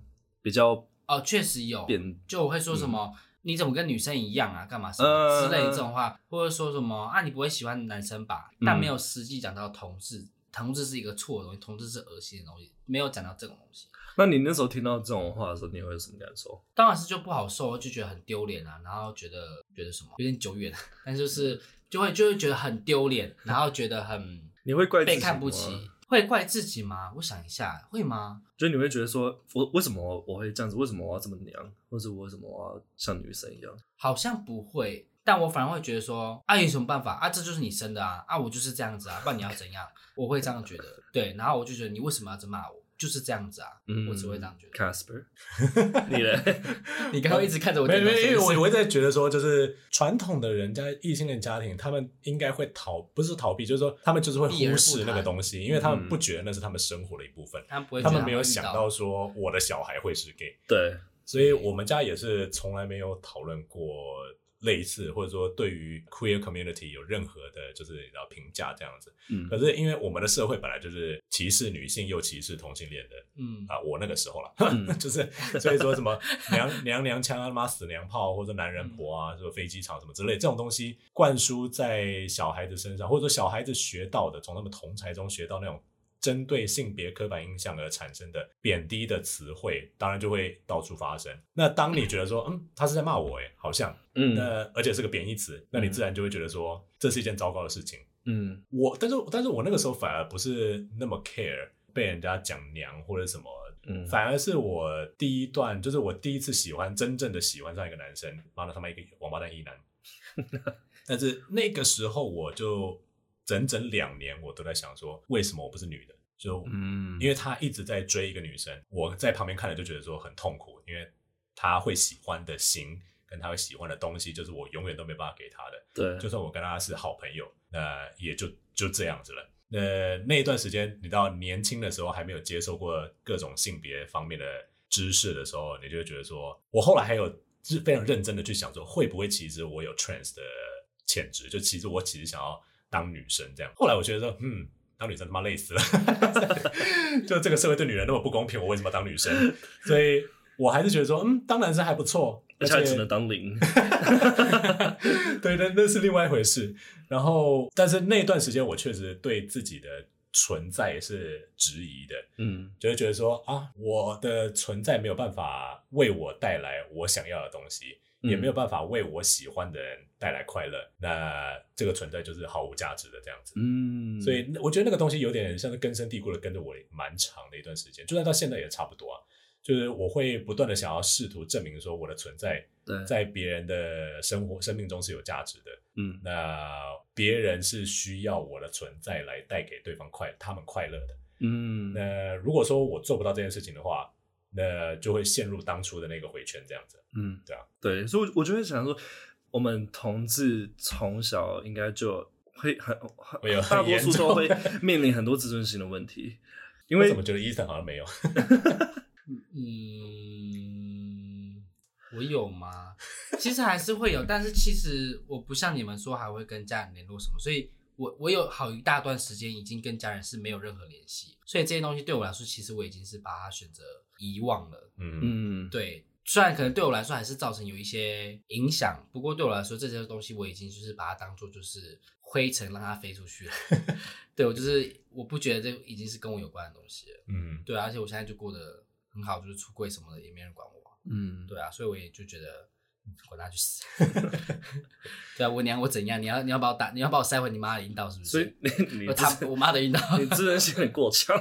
S3: 比较
S1: 哦，确实有，
S3: 贬
S1: 就我会说
S2: 嗯
S1: 什么、你怎么跟女生一样啊，干嘛什么、
S3: 嗯
S2: 呃
S1: 之类的这种话，或者说什么啊你不会喜欢男生吧？
S3: 嗯
S1: 但没有实际讲到同志，同志是一个错的东西，同志是恶心的东西，没有讲到这种东西。
S3: 那你那时候听到这种话的时候，你会有什么感受？
S1: 当然是就不好受，就觉得很丢脸啊，然后觉得觉得什么有点久远，嗯但就是就会就会觉得很丢脸，然后觉得很
S3: 你会怪自己
S1: 被看不起
S3: 吗，
S1: 会怪自己吗？我想一下，会吗？
S3: 就你会觉得说，我为什么我会这样子？为什么我要这么娘？或者我为什么我要像女生一样？
S1: 好像不会，但我反而会觉得说，啊，有什么办法啊？这就是你生的啊，啊，我就是这样子啊，不然你要怎样？我会这样觉得，对，然后我就觉得你为什么要这么骂我？就是这样子啊，
S3: 嗯
S1: 我只会这样觉得。
S3: Casper，你 嘞？
S1: 你刚刚一直看着我
S2: 没
S1: 电脑
S2: 没，
S1: 是
S2: 因为
S1: 不是
S2: 我我一直在觉得说，就是传统的人家异性恋家庭，他们应该会逃，不是逃避，就是说他们就是会
S1: 避而
S2: 忽
S1: 不
S2: 视那个
S1: 谈
S2: 东西，因为他们
S3: 嗯
S2: 不觉得那是他们生活的一部分，
S1: 他们不会，
S2: 他们没有想到，说我的小孩会是 gay，
S3: 对，
S2: 所以我们家也是从来没有讨论过类似或者说对于 queer community 有任何的就是你知道评价这样子。
S3: 嗯
S2: 可是因为我们的社会本来就是歧视女性又歧视同性恋的，
S1: 嗯，
S2: 啊，我那个时候了，
S3: 嗯
S2: 就是所以说什么娘娘娘腔啊，妈死娘炮或者男人婆啊，什么飞机场什么之类，这种东西灌输在小孩子身上，或者说小孩子学到的，从他们同才中学到那种针对性别刻板印象而产生的贬低的词汇，当然就会到处发生。那当你觉得说，嗯，他是在骂我，诶，好像，
S3: 嗯
S2: 那而且是个贬义词，那你自然就会觉得说，这是一件糟糕的事情。
S3: 嗯
S2: 我，但是但是我那个时候反而不是那么 care 被人家讲娘或者什么，
S3: 嗯
S2: 反而是我第一段，就是我第一次喜欢真正的喜欢上一个男生，妈的他妈一个王八蛋一 男。但是那个时候我就整整两年，我都在想说，为什么我不是女的？就
S3: 嗯
S2: 因为他一直在追一个女生，我在旁边看了就觉得说很痛苦，因为他会喜欢的型跟他会喜欢的东西，就是我永远都没办法给他的。
S3: 对，
S2: 就算我跟他是好朋友，那也就就这样子了。那那一段时间，你到年轻的时候还没有接受过各种性别方面的知识的时候，你就会觉得说，我后来还有是非常认真的去想说，会不会其实我有 trans 的潜质，就其实我其实想要当女生这样。后来我觉得说，嗯。当女生他妈累死了， 就这个社会对女人那么不公平，我为什么要当女生？所以我还是觉得说，嗯，当男生还不错，
S3: 而且还只能当零。
S2: 对，那那是另外一回事。然后，但是那段时间我确实对自己的存在是质疑的，
S3: 嗯
S2: 就会觉得说啊，我的存在没有办法为我带来我想要的东西，
S3: 嗯
S2: 也没有办法为我喜欢的人带来快乐，那这个存在就是毫无价值的这样子。
S3: 嗯，
S2: 所以我觉得那个东西有点像是根深蒂固的跟着我蛮长的一段时间，就算到现在也差不多啊。就是我会不断的想要试图证明说我的存在
S3: 对，
S2: 在别人的生活生命中是有价值的，
S3: 嗯
S2: 那别人是需要我的存在来带给对方快他们快乐的。
S3: 嗯
S2: 那如果说我做不到这件事情的话，那就会陷入当初的那个回圈这样子。
S3: 嗯，
S2: 对啊，
S3: 对，所以我我就会想说，我们同志从小应该就会很
S2: 会有很
S3: 很大多
S2: 严
S3: 数
S2: 重
S3: 都会面临很多自尊心的问题，因
S2: 我
S3: 为
S2: 怎么觉得伊森好像没有？
S1: 嗯，我有吗？其实还是会有，但是其实我不像你们说还会跟家人联络什么，所以我我有好一大段时间已经跟家人是没有任何联系，所以这些东西对我来说，其实我已经是把它选择遗忘了。
S2: 嗯
S3: 嗯
S1: 对，虽然可能对我来说还是造成有一些影响，不过对我来说这些东西我已经就是把它当做就是灰尘，让它飞出去了。 对我就是我不觉得这已经是跟我有关的东西了。
S2: 嗯，
S1: 对啊，而且我现在就过得很好，就是出柜什么的也没人管我啊。
S3: 嗯
S1: 对啊，所以我也就觉得嗯管他去死。 对啊，我娘我怎样？你要你要把我打，你要把我塞回你妈的阴道是不是？
S3: 所以你你
S1: 我打我妈的阴道。
S3: 你自尊心很过强，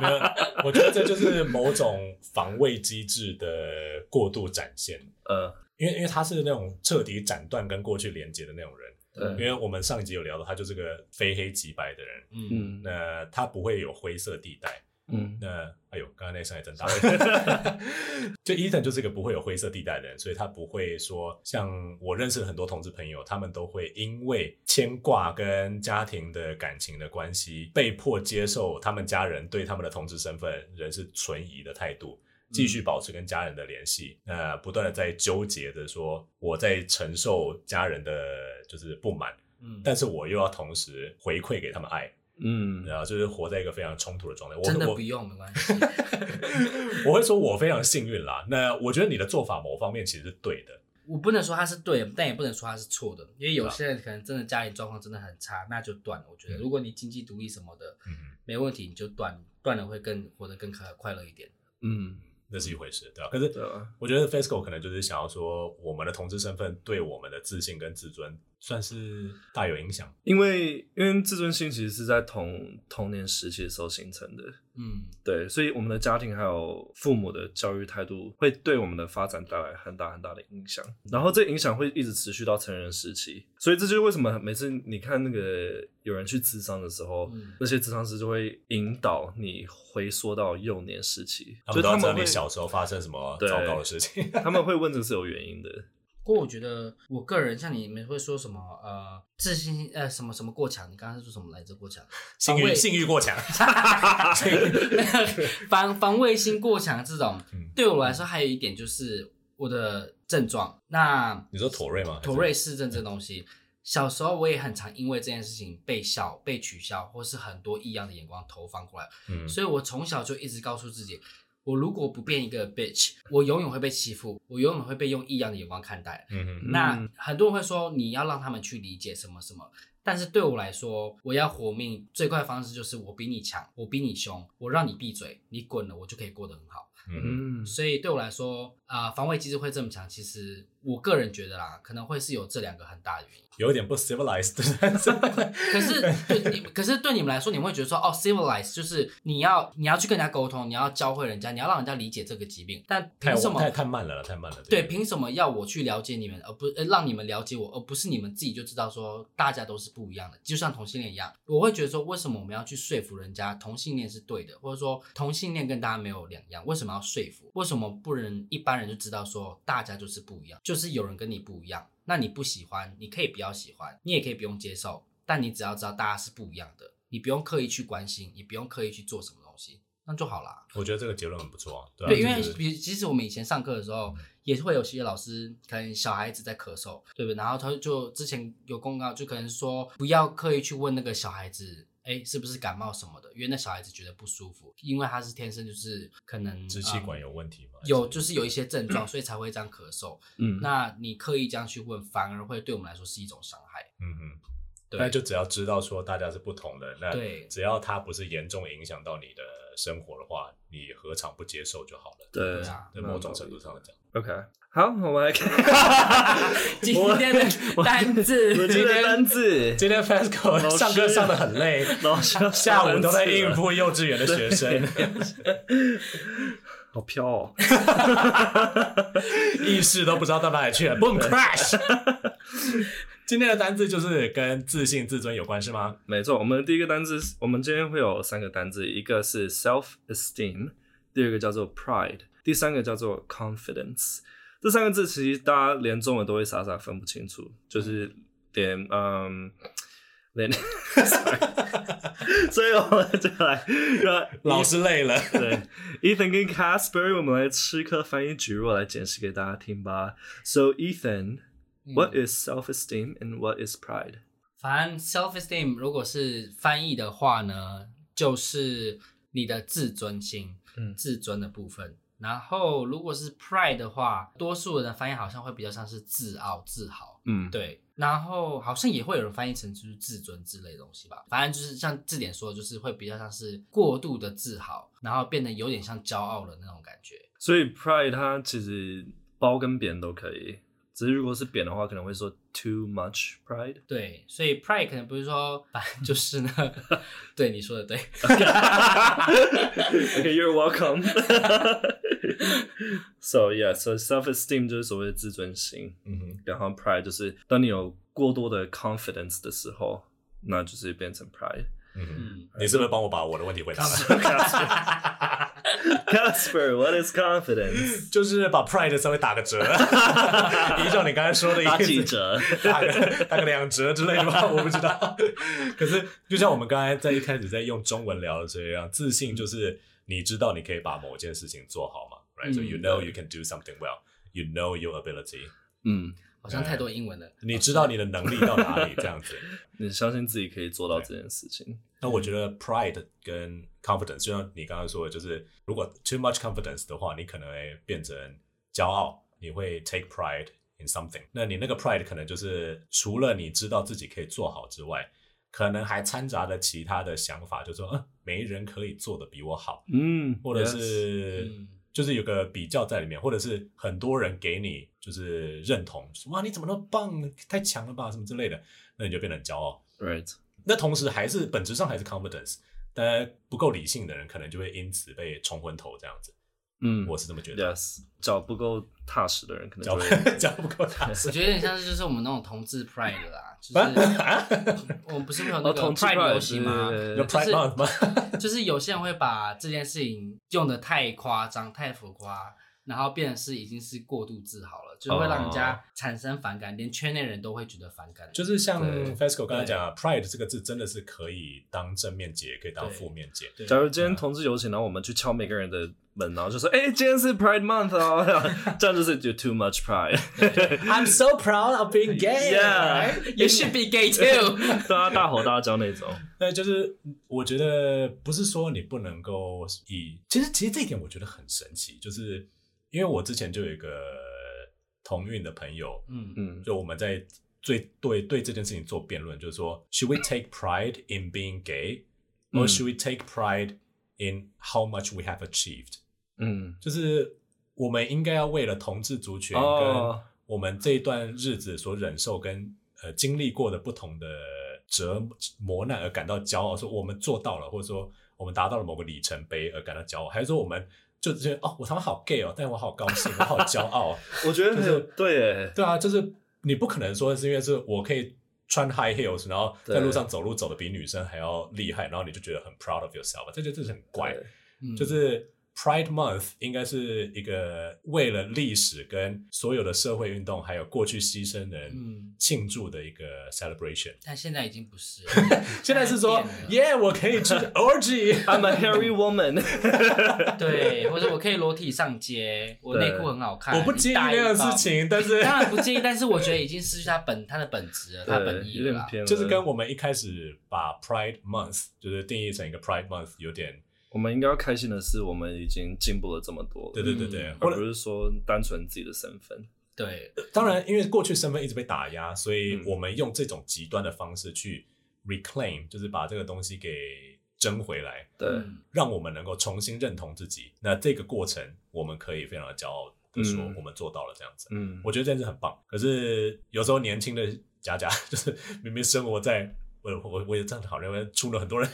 S2: 没有，我觉得这就是某种防卫机制的过度展现，
S3: 呃，
S2: 因为因为他是那种彻底斩断跟过去连接的那种人。因
S3: 对，
S2: 为我们上一集有聊到，他就是个非黑即白的人，
S1: 嗯，
S3: 嗯
S2: 那他不会有灰色地带。
S3: 嗯
S2: 那哎呦，刚刚那声还真大。 就伊 t 就是个不会有灰色地带的人，所以他不会说像我认识的很多同志朋友，他们都会因为牵挂跟家庭的感情的关系，被迫接受他们家人对他们的同志身份仍是存疑的态度。继
S1: 嗯
S2: 续保持跟家人的联系，呃，不断的在纠结着说我在承受家人的就是不满，
S1: 嗯，
S2: 但是我又要同时回馈给他们爱，
S3: 嗯
S2: 然后就是活在一个非常冲突的状态。我
S1: 真的
S2: 我
S1: 不用没关系。
S2: 我会说我非常幸运啦。那我觉得你的做法某方面其实是对的，
S1: 我不能说他是对的，但也不能说他是错的，因为有些人可能真的家里状况真的很差，那就断了。我觉得，
S2: 嗯
S1: 如果你经济独立什么的
S2: 嗯，
S1: 没问题，你就断，断了会更活得更快快乐一点。
S3: 嗯，
S2: 那是一回事，对吧、可是
S3: 对啊，
S2: 我觉得 FESCO 可能就是想要说，我们的同志身份对我们的自信跟自尊算是大有影响。
S3: 因为因为自尊心其实是在童童年时期的时候形成的，
S1: 嗯，
S3: 对，所以我们的家庭还有父母的教育态度会对我们的发展带来很大很大的影响，然后这个影响会一直持续到成人时期，所以这就是为什么每次你看那个有人去咨商的时候，
S1: 嗯
S3: 那些咨商师就会引导你回缩到幼年时期，
S2: 他们
S3: 就是
S2: 都要
S3: 他
S2: 知道
S3: 们会
S2: 你小时候发生什么
S3: 对
S2: 糟糕的事情。
S3: 他们会问这是有原因的，
S1: 不过我觉得我个人像你们会说什么呃自信心呃什么什么过强，你刚刚是说什么来着过 强？
S2: 性
S1: 防
S2: 欲
S1: 卫
S2: 性欲过 强，
S1: 防防卫心过强这种
S2: 嗯，
S1: 对我来说还有一点就是我的症状。那
S2: 你说妥瑞吗？
S1: 妥瑞氏症这东西，小时候我也很常因为这件事情被笑、被取笑，或是很多异样的眼光投放过来，
S2: 嗯，
S1: 所以我从小就一直告诉自己。我如果不变一个 bitch，我永远会被欺负，我永远会被用异样的眼光看待。
S2: 嗯
S1: 那
S3: 嗯
S1: 很多人会说你要让他们去理解什么什么，但是对我来说，我要活命最快的方式就是我比你强，我比你凶，我让你闭嘴，你滚了，我就可以过得很好。
S2: 嗯嗯，
S3: 嗯，
S1: 所以对我来说，啊、防卫机制会这么强，其实我个人觉得啦，可能会是有这两个很大的原因。
S2: 有一点 不 civilized，但 是
S1: 可 是对你，可是对你们来说，你们会觉得说，哦，civilize 就是你要你要去跟人家沟通，你要教会人家，你要让人家理解这个疾病，但
S2: 太
S1: 凭什么
S2: 太太慢了啦，太慢了。
S1: 对，凭什么要我去了解你们，而不呃让你们了解我，而不是你们自己就知道说大家都是不一样的，就像同性恋一样，我会觉得说，为什么我们要去说服人家同性恋是对的，或者说同性恋跟大家没有两样，为什么要说服？为什么不能一般人就知道说大家就是不一样，就是有人跟你不一样，那你不喜欢，你可以不要喜欢，你也可以不用接受，但你只要知道大家是不一样的，你不用刻意去关心，你不用刻意去做什么东西，那就好啦。
S2: 我觉得这个结论很不错啊。对啊，
S1: 对，因为
S2: 就是嗯
S1: 比其实我们以前上课的时候，也是会有些老师可能小孩子在咳嗽，对不对？然后他就之前有公告，就可能说不要刻意去问那个小孩子，哎，是不是感冒什么的，因为那小孩子觉得不舒服，因为他是天生就是可能
S2: 支气
S1: 嗯
S2: 管有问题吗？
S1: 有就是有一些症状，所以才会这样咳嗽。
S3: 嗯，
S1: 那你刻意这样去问，反而会对我们来说是一种伤害。
S2: 嗯嗯，
S1: 对，
S2: 那就只要知道说大家是不同的，那
S1: 对
S2: 只要它不是严重影响到你的生活的话，你何尝不接受就好了。
S3: 对
S1: 对啊
S2: 在某种程度上来讲，
S3: OK，好，我们来看
S1: 今天的单字，
S3: 我
S1: 今
S3: 今天
S1: 天
S3: 的单字，
S2: 今天 FESCO
S3: 老师
S2: 上课上的很 累，
S3: 老师要
S2: 下午都在应
S3: 付。
S2: 付幼稚园的学生，
S3: 好飘哦！
S2: 意识都不知道到哪里去 了，boom crash。今天的单字就是跟自信、自尊有关是吗？
S3: 没错，我们的第一个单字是，我们今天会有三个单字，一个是 self esteem，第二个叫做 pride，第三个叫做 confidence。这三个字其实大家连中文都会傻傻分不清楚，就是连嗯连，sorry 所以我们就来让
S2: 老师累了，
S3: 对，Ethan 跟 Casper，我们来吃颗翻译举弱来解释给大家听吧。So Ethan, what is self esteem and what is pride？
S1: 反正 self esteem 如果是翻译的话呢，就是你的自尊心，
S3: 嗯
S1: 自尊的部分。然后如果是 pride 的话，多数人的翻译好像会比较像是自傲、自豪，
S3: 嗯，
S1: 对。然后好像也会有人翻译成就是自尊之类的东西吧。反正就是像字典说的，就是会比较像是过度的自豪，然后变得有点像骄傲的那种感觉。
S3: 所以 pride 它其实包跟扁都可以，只是如果是扁的话，可能会说 too much pride。
S1: 对，所以 pride 可能不是说，反正就是呢，对你说的对。
S3: okay, you're welcome. so yeah, so self esteem 就是所谓的自尊心。
S2: 嗯哼，
S3: 然后 pride 就是当你有过多的 confidence 的时候，那就是变成 pride。
S2: 嗯哼，
S1: 嗯，
S2: 你是不是帮我把我的问题回答了？
S3: Casper，what is confidence？
S2: 就是把 pride 稍微打个 折，依照你刚才说的意思，
S3: 打 几折？
S2: 打个打个两折之类的吧， 我不知道。可是就像我们刚才在一开始在用中文聊的这样，自信就是你知道你可以把某件事情做好嘛，right？、So you
S1: 嗯
S2: know you can do something well. You know your ability，
S3: 嗯，
S1: 好像太多英文了。
S2: 你知道你的能力到哪里这样子。
S3: 你相信自己可以做到这件事情。
S2: 那我觉得 pride 跟 confidence，就像你刚刚说的，就是如果 too much confidence 的话，你可能会变成骄傲，你会 take pride in something。那你那个 pride 可能就是除了你知道自己可以做好之外，可能还掺杂了呃其他的想法，就说，嗯，没人可以做的比我好，
S3: 嗯，
S2: 或者是
S1: 嗯
S2: 就是有个比较在里面，或者是很多人给你就是认同，说哇你怎么那么棒，太强了吧什么之类的，那你就变得很骄傲。
S3: ，right，
S2: 那同时还是本质上还是 confidence，但不够理性的人可能就会因此被冲昏头这样子，
S3: 嗯
S2: 我是这么觉得。
S3: ，yes，脚不够踏实的人可能
S2: 脚
S3: 就会
S2: 脚 不够大
S1: 我觉得有点像是 就是我们那种同志 pride 啦，就是
S2: 啊，
S1: 我们不是会有那
S3: 哦，
S1: 个
S3: 同志
S1: pride 游
S3: 是
S1: 戏吗？
S2: 有 Pride Month 吗？
S1: 就是有些人会把这件事情用的太夸张、太浮夸，然后变成是已经是过度自豪了，就会让人家产生反感，连圈内人都会觉得反感。
S2: 就是像
S3: 对
S2: FESCO 刚才讲啊，pride 这个字真的是可以当正面解，也可以当负面解。
S1: 对
S3: 假如今天同志游行，然后我们去敲每个人的门，然后就说：“哎、今天是 Pride Month 哦。” 这样就是 you too much pride。
S2: I'm so proud of being
S3: Yeah.
S1: You should be gay too 。
S3: 大家大吼大叫那种。
S2: 那就是我觉得不是说你不能够以，其实其实这一点我觉得很神奇，就是因为我之前就有一个同运的朋友，
S1: 嗯，
S3: 嗯
S2: 就我们在最对对这件事情做辩论，就是说，should we take pride in being gay，or
S3: 嗯
S2: should we take pride in how much we have achieved？
S3: 嗯，
S2: 就是我们应该要为了同志族群跟
S3: 哦
S2: 我们这一段日子所忍受跟呃经历过的不同的折磨难而感到骄傲，说我们做到了，或者说我们达到了某个里程碑而感到骄傲，还是说我们就觉得哦，我他妈好 gay 哦，但我好高兴，我好骄傲哦。
S3: 我觉得很有对耶，
S2: 对啊，就是你不可能说是因为是我可以穿 high heels，然后在
S3: 对
S2: 路上走路走的比女生还要厉害，然后你就觉得很 proud of yourself，这就这是很怪。
S3: 对
S1: 嗯
S2: 就是 Pride Month 应该是一个为了历史跟所有的社会运动还有过去牺牲的人
S1: 嗯，
S2: 庆祝的一个 celebration。
S1: 但现在已经不是了。
S2: 现在是说
S1: 现在变了
S2: 耶我可以去 orgy。
S3: I'm a hairy woman
S1: 对，或者我可以裸体上街，我内裤很好看，
S2: 我不介意
S1: 大
S2: 那
S1: 一
S2: 样的
S1: 包
S2: 事。情，但 是
S1: 当然不介意，但是我觉得已经失去它本它的本质 了，它
S3: 对，
S1: 本意
S3: 有
S1: 了
S3: 点
S1: 啦。
S3: 偏了，
S2: 就是跟我们一开始把 Pride Month 就是定义成一个 Pride Month 有点
S3: 我们应该要开心的是，我们已经进步了这么多了，
S2: 对对对对，
S1: 嗯
S2: 或
S3: 而
S2: 者
S3: 不是说单纯自己的身份。
S1: 对，
S2: 当然，因为过去身份一直被打压，所以
S3: 嗯
S2: 我们用这种极端的方式去 reclaim，就是把这个东西给争回来，
S3: 对，
S1: 嗯
S2: 让我们能够重新认同自己。那这个过程，我们可以非常的骄傲的说，
S3: 嗯
S2: 我们做到了这样子。
S3: 嗯，
S2: 我觉得这样子很棒。可是有时候年轻的假假， 就是明明生活在我我我也这样好像出了很多人，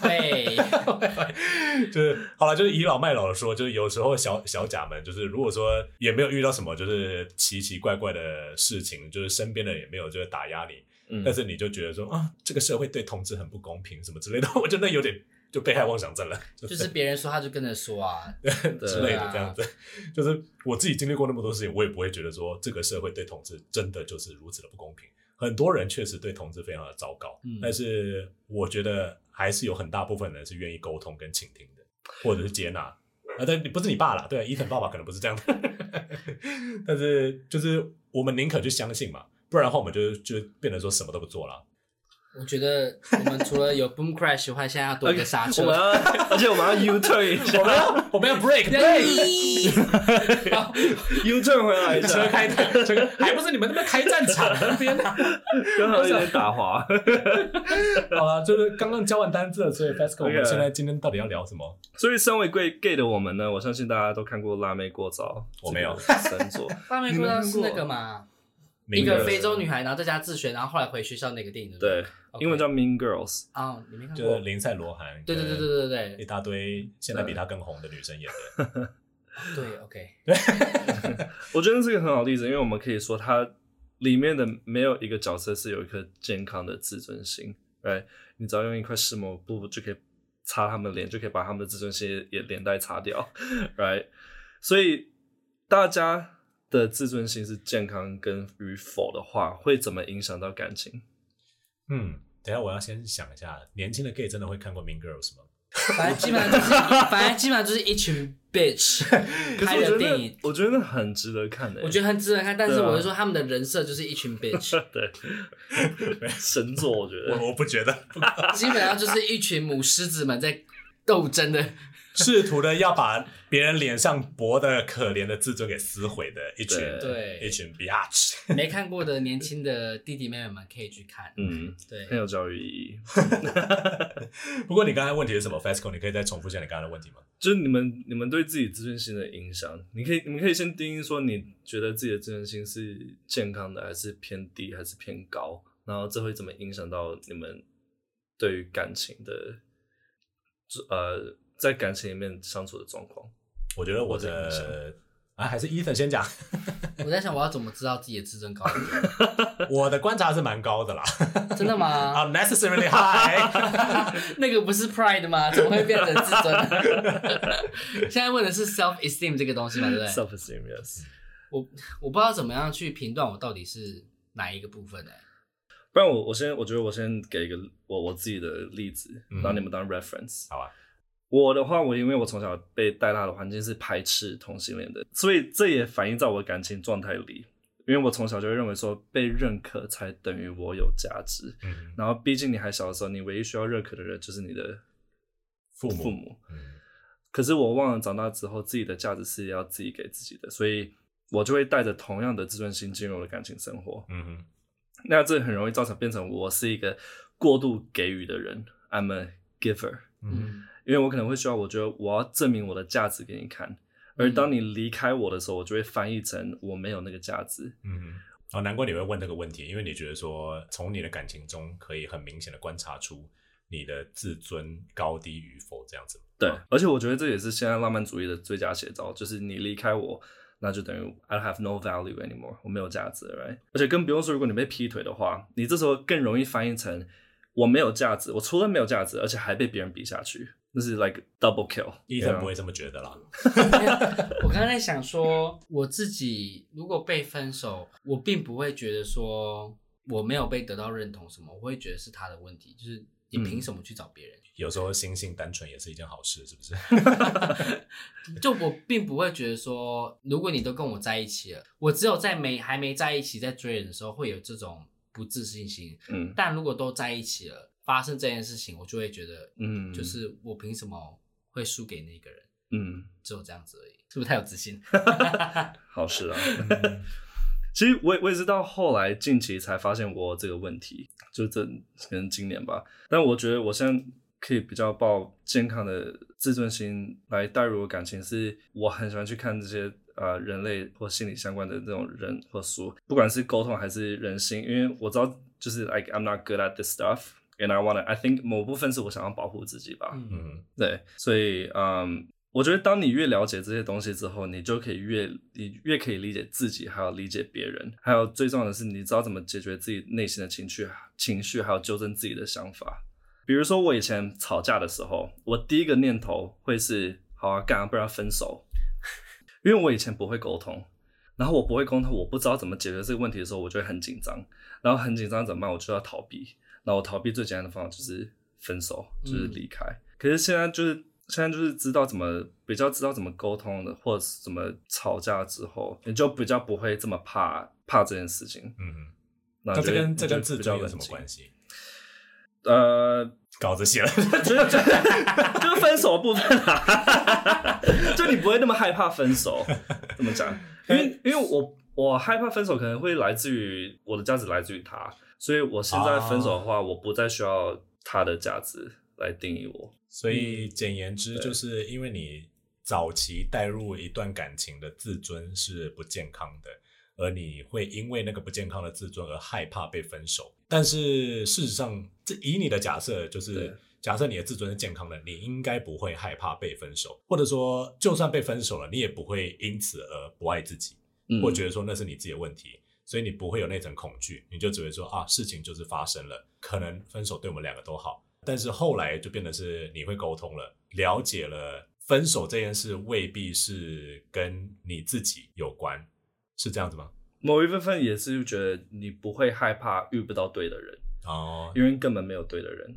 S1: 对，
S2: 就是好了，就是倚老卖老的说，就是有时候小小贾们，就是如果说也没有遇到什么就是奇奇怪怪的事情，就是身边的人也没有就是打压你，
S3: 嗯
S2: 但是你就觉得说啊，这个社会对同志很不公平什么之类的，我真的有点就被害妄想症了， 就
S1: 就是别人说他就跟着说啊，
S2: 之类
S1: 对
S2: 的
S1: 啊
S2: 这样子。就是我自己经历过那么多事情，我也不会觉得说这个社会对同志真的就是如此的不公平。很多人确实对同志非常的糟糕，
S1: 嗯
S2: 但是我觉得还是有很大部分人是愿意沟通跟倾听的，或者是接纳。啊，但你不是你爸啦，对，伊藤爸爸可能不是这样的， 但是就是我们宁可去相信嘛，不然的话我们就就变得说什么都不做了。
S1: 我觉觉得我们除了有 boom crash 以外，现在要多一个刹车。
S3: 哎我们要，而且我们要 U turn 一下
S2: 我们要 我们要 break break，
S3: ，U turn 回来一
S2: 车
S3: 下，
S2: 开车开，还不是你们那边开战场那边啊？
S3: 刚好有点打滑。
S2: 好了，就是刚刚教完单字了，所以 E FESCO，我
S3: OK
S2: 们现在今天到底要聊什么？
S3: 所以，身为 gay gay 的我们呢，我相信大家都看过《辣妹过早》，
S2: 我没有
S3: 神 作。
S1: 画面过到是那个嘛，一
S2: 名
S1: 个
S2: 人
S1: 非洲女孩，然后在家自学，然后后来回学校那个电影，对不
S3: 对，
S1: OK
S3: 英文叫 Mean Girls。
S1: 哦，你没看
S2: 就是
S1: 过？
S2: 林赛罗韩，
S1: 对对对对对
S2: 一
S1: 对
S2: 大堆现在比她更红的女生演的，
S1: 对，OK，
S3: 我觉得这个很好例子，因为我们可以说它里面的没有一个角色是有一颗健康的自尊心。对，你只要用一块湿抹布就可以擦他们脸，就可以把他们的自尊心也连带擦掉。right，所以大家的自尊心是健康跟与否的话，会怎么影响到感情？
S2: 嗯。等一下，我要先想一下，年轻的 gay 真的会看过《Mean Girls》吗？
S1: 反正基本上就是，反正基本上就是一群 bitch
S3: 可
S1: 拍的
S3: 是我觉
S1: 电
S3: 得
S1: 影，，
S3: 我觉得很值得看的、欸
S1: 我觉得很值得看，但是
S3: 对啊
S1: 我就说他们的人设就是一 群 bitch，
S3: 对， 神作，我觉得。
S2: 我我不觉得，
S1: 基本上就是一群母狮子们在斗争的
S2: 试图的要把别人脸上薄的可怜的自尊给撕毁的一群
S3: 对
S2: 一
S1: 对，
S2: 群 biatch。
S1: 没看过的年轻的弟弟妹妹们可以去看。
S3: 嗯，
S1: 对，
S3: 很有教育意义。
S2: 不过你刚才问题是什么？Fasco，你可以 E 再重复一下你刚才的问题吗？
S3: 就是你们你们对自己自尊心的影响，你可以你们可以先定义说，你觉得自己的自尊心是健康的，还是偏低，还是偏高？然后这会怎么影响到你们对于感情的，呃，在感情里面相处的状况？
S2: 我觉得我
S3: 我自己
S2: 的啊，还是 Ethan 先讲。
S1: 我在想我要怎么知道自己的自尊高不 高？
S2: 我的观察是蛮高的啦
S1: 真的吗？
S2: ，unnecessarily high。
S1: 那个不是 pride 吗？怎么会变成自尊呢？ 现在问的是 self esteem 这个东西嘛，对不对？
S3: self esteem yes。
S1: 我不知道怎么样去评断我到底是哪一个部分呢、欸
S3: 不然我我先我觉得我先给一个我我自己的例子，
S2: 嗯
S3: 让你们当 reference。
S2: 好啊，
S3: 我的话，我因为我从小被带大的环境是排斥同性恋的，所以这也反映在我的感情状态里。因为我从小就会认为说，被认可才等于我有价值。
S2: 嗯，
S3: 然后，毕竟你还小的时候，你唯一需要认可的人就是你的
S2: 父母，
S3: 父母。
S2: 嗯
S3: 可是我忘了长大之后，自己的价值是要自己给自己的，所以我就会带着同样的自尊心进入我的感情生活。
S2: 嗯哼
S3: 那这很容易造成变成我是一个过度给予的人，I'm a giver，
S2: 嗯
S1: 嗯，
S3: 因为我可能会需要，我觉得我要证明我的价值给你看，而当你离开我的时候，我就会翻译成我没有那个价值。
S2: 嗯哼。哦，难怪你会问这个问题，因为你觉得说，从你的感情中可以很明显的观察出你的自尊高低与否，这样子。
S3: 对
S2: 嗯，
S3: 而且我觉得这也是现在浪漫主义的最佳写照，就是你离开我，那就等于 I have no value anymore，我没有价值，right？而且更不用说，如果你被劈腿的话，你这时候更容易翻译成我没有价值，我除了没有价值，而且还被别人比下去，那是 like double kill。啊
S2: 伊藤不会这么觉得啦。
S1: 我刚刚在想说，我自己如果被分手，我并不会觉得说我没有被得到认同什么，我会觉得是他的问题，就是你凭什么去找别人？
S2: 有时候心性单纯也是一件好事，是不是？
S1: 就我并不会觉得说，如果你都跟我在一起了，我只有在没还没在一起在追人的时候会有这种不自信心，
S3: 嗯
S1: 但如果都在一起了，发生这件事情，我就会觉得，
S3: 嗯，
S1: 就是我凭什么会输给那个人？
S3: 嗯。
S1: 只有这样子而已，是不是太有自信？
S3: 好事啊。 其实我也我也是到后来近期才发现我这个问题，就这可能今年吧。但我觉得我现在可以比较抱健康的自尊心来带入我感情，是我很喜欢去看这些呃人类或心理相关的这种人或书，不管是沟通还是人性，因为我知道就是 like I'm not good at this stuff。And I wanna, I think 某部分是我想要保护自己吧。
S1: 嗯
S2: 嗯，
S3: 对，所以嗯，我觉得当你越了解这些东西之后，你就可以越你越可以理解自己，还有理解别人，还有最重要的是，你知道怎么解决自己内心的情绪、情绪，还有纠正自己的想法。比如说，我以前吵架的时候，我第一个念头会是“好啊，干啊，不然分手”， 因为我以前不会沟通，然后我不会沟通，我不知道怎么解决这个问题的时候，我就会很紧张，然后很紧张怎么办？我就要逃避，然后我逃避最简单的方法就是分手，就是离开。
S2: 嗯
S3: 可是现在就是现在就是知道怎么比较知道怎么沟通的，或者是怎么吵架之后，你就比较不会这么怕怕这件事情。
S2: 嗯哼，
S3: 那
S2: 那这跟
S3: 就
S2: 这跟自尊有什么
S3: 系？
S2: 关系？
S3: 呃，
S2: 稿子写了，
S3: 就是就是 就是分手的部分啊， 就你不会那么害怕分手，怎么讲？因为因为我我害怕分手可能会来自于我的价值来自于他，所以我现在分手的话，我不再需要他的价值来定义我。
S2: 所以简言之，就是因为你早期带入一段感情的自尊是不健康的，而你会因为那个不健康的自尊而害怕被分手。但是事实上，这以你的假设就
S3: 对
S2: 是。假设你的自尊是健康的，你应该不会害怕被分手，或者说，就算被分手了，你也不会因此而不爱自己。
S3: 嗯
S2: 或觉得说那是你自己的问题，所以你不会有那层恐惧，你就只会说啊，事情就是发生了，可能分手对我们两个都好。但是后来就变得是你会沟通了，了解了分手这件事未必是跟你自己有关，是这样子吗？
S3: 某一部分也是觉得你不会害怕遇不到对的人，
S2: 哦，
S3: 因为根本没有对的人，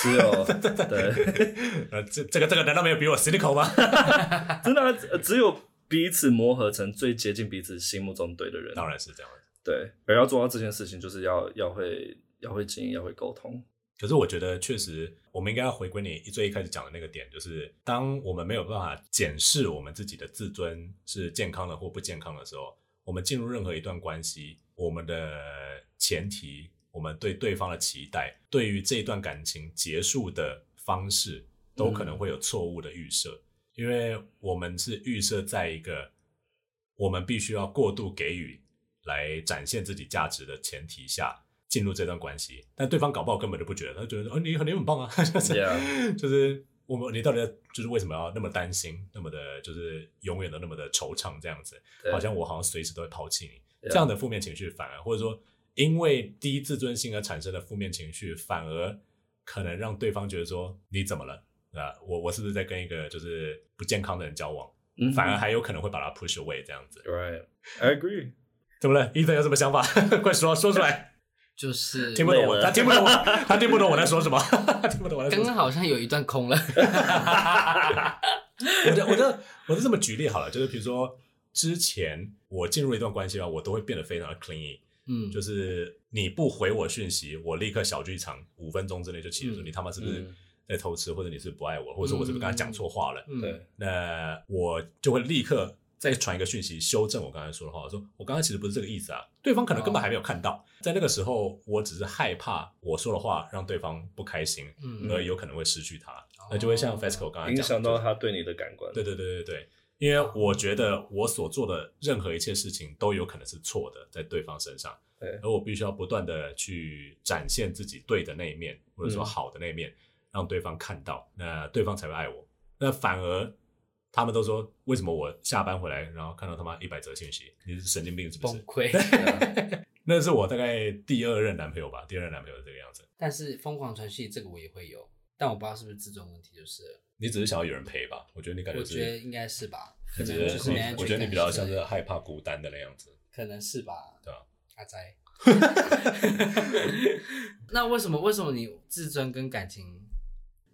S3: 只有对，
S2: 呃，这这个这个难道没有比我 cynical 吗？
S3: 真的啊、只只有彼此磨合成最接近彼此心目中对的
S2: 哦
S3: 人。
S2: 当然是这样的。
S3: 对，而要做到这件事情，就是要要会要会经营，要会沟通。
S2: 可是我觉得确实，我们应该要回归你最一开始讲的那个点，就是当我们没有办法检视我们自己的自尊是健康的或不健康的时候，我们进入任何一段关系，我们的前提，我们对对方的期待，对于这一段感情结束的方式，都可能会有错误的预设，因为我们是预设在一个我们必须要过度给予来展现自己价值的前提下。进入这段关系，但对方搞不好根本就不觉得，他觉得哦，你很你很棒啊，就是
S3: Yeah
S2: 就是我们你到底在就是为什么要那么担心，那么的就是永远的那么的惆怅这样子，
S3: 对啊
S2: 好像我好像随时都会抛弃你
S3: Yeah
S2: 这样的负面情绪，反而或者说因为低自尊心而产生的负面情绪，反而可能让对方觉得说你怎么了啊？我我是不是在跟一个就是不健康的人交往？
S3: 嗯
S2: 反而还有可能会把他 push away 这样子，
S3: Right, I agree.
S2: 怎么了？伊森有什么想法？ 快说说出来。
S1: 就是
S2: 听不懂
S3: 呃累
S2: 我，
S3: 了
S2: 他听不懂我，他听不懂我在说 什么，他听不懂我在
S1: 刚
S2: 说什
S1: 刚
S2: 么。
S1: 好像有一段空了。
S2: 我就我就我就这么举例好了，就是比如说之前我进入一段关系啊，我都会变得非常的 clingy，
S1: 嗯，
S2: 就是你不回我讯息，我立刻小剧场，五分钟之内就起诉、
S1: 嗯
S2: 你他妈 是不是
S3: 嗯
S2: 在偷吃，或者你是不爱我，或者说我是不是刚才讲错话了？
S1: 嗯，
S3: 对，
S2: 那我就会立刻再传一个讯息修正我刚才说的话，我说我刚才其实不是这个意思啊，对方可能根本还没有看到，
S3: 嗯
S2: 在那个时候我只是害怕我说的话让对方不开心，
S1: 嗯哦
S2: 而有可能会失去他，那就会像 FESCO 刚才啊讲
S3: 哦影
S2: 的
S3: 响到
S2: 就是
S3: 他对你的感官。
S2: 对对对对对，因为我觉得我所做的任何一切事情都有可能是错的，在对方身上，
S3: 对
S2: 而我必须要不断的去展现自己对的那一面，或者说
S3: 嗯
S2: 好的那一面，让对方看到，那对方才会爱我。那反而他们都说，为什么我下班回来，然后看到他妈一百则信息，你是神经病是不啊
S1: 崩
S2: 是？
S1: 溃。
S2: 那是我大概第二任男朋友吧，第二任男朋友是这个样子。
S1: 但是疯狂传讯这个我也会有，但我不知道是不是自尊问题，就是了
S2: 你只是想要有人陪吧？我觉得你感
S1: 我
S2: 觉
S1: 觉
S2: 是，
S1: 得应该是吧，可
S2: 我
S1: 能
S2: 觉
S1: 就
S2: 得
S1: 是
S2: 你
S1: 没安全感
S2: 我觉得你比较像
S1: 之类
S2: 是
S1: 的
S2: 害怕孤单的那样子。
S1: 可能是吧，
S2: 对啊，
S1: 阿 仔。那为什么为什么你自尊跟感情？嗯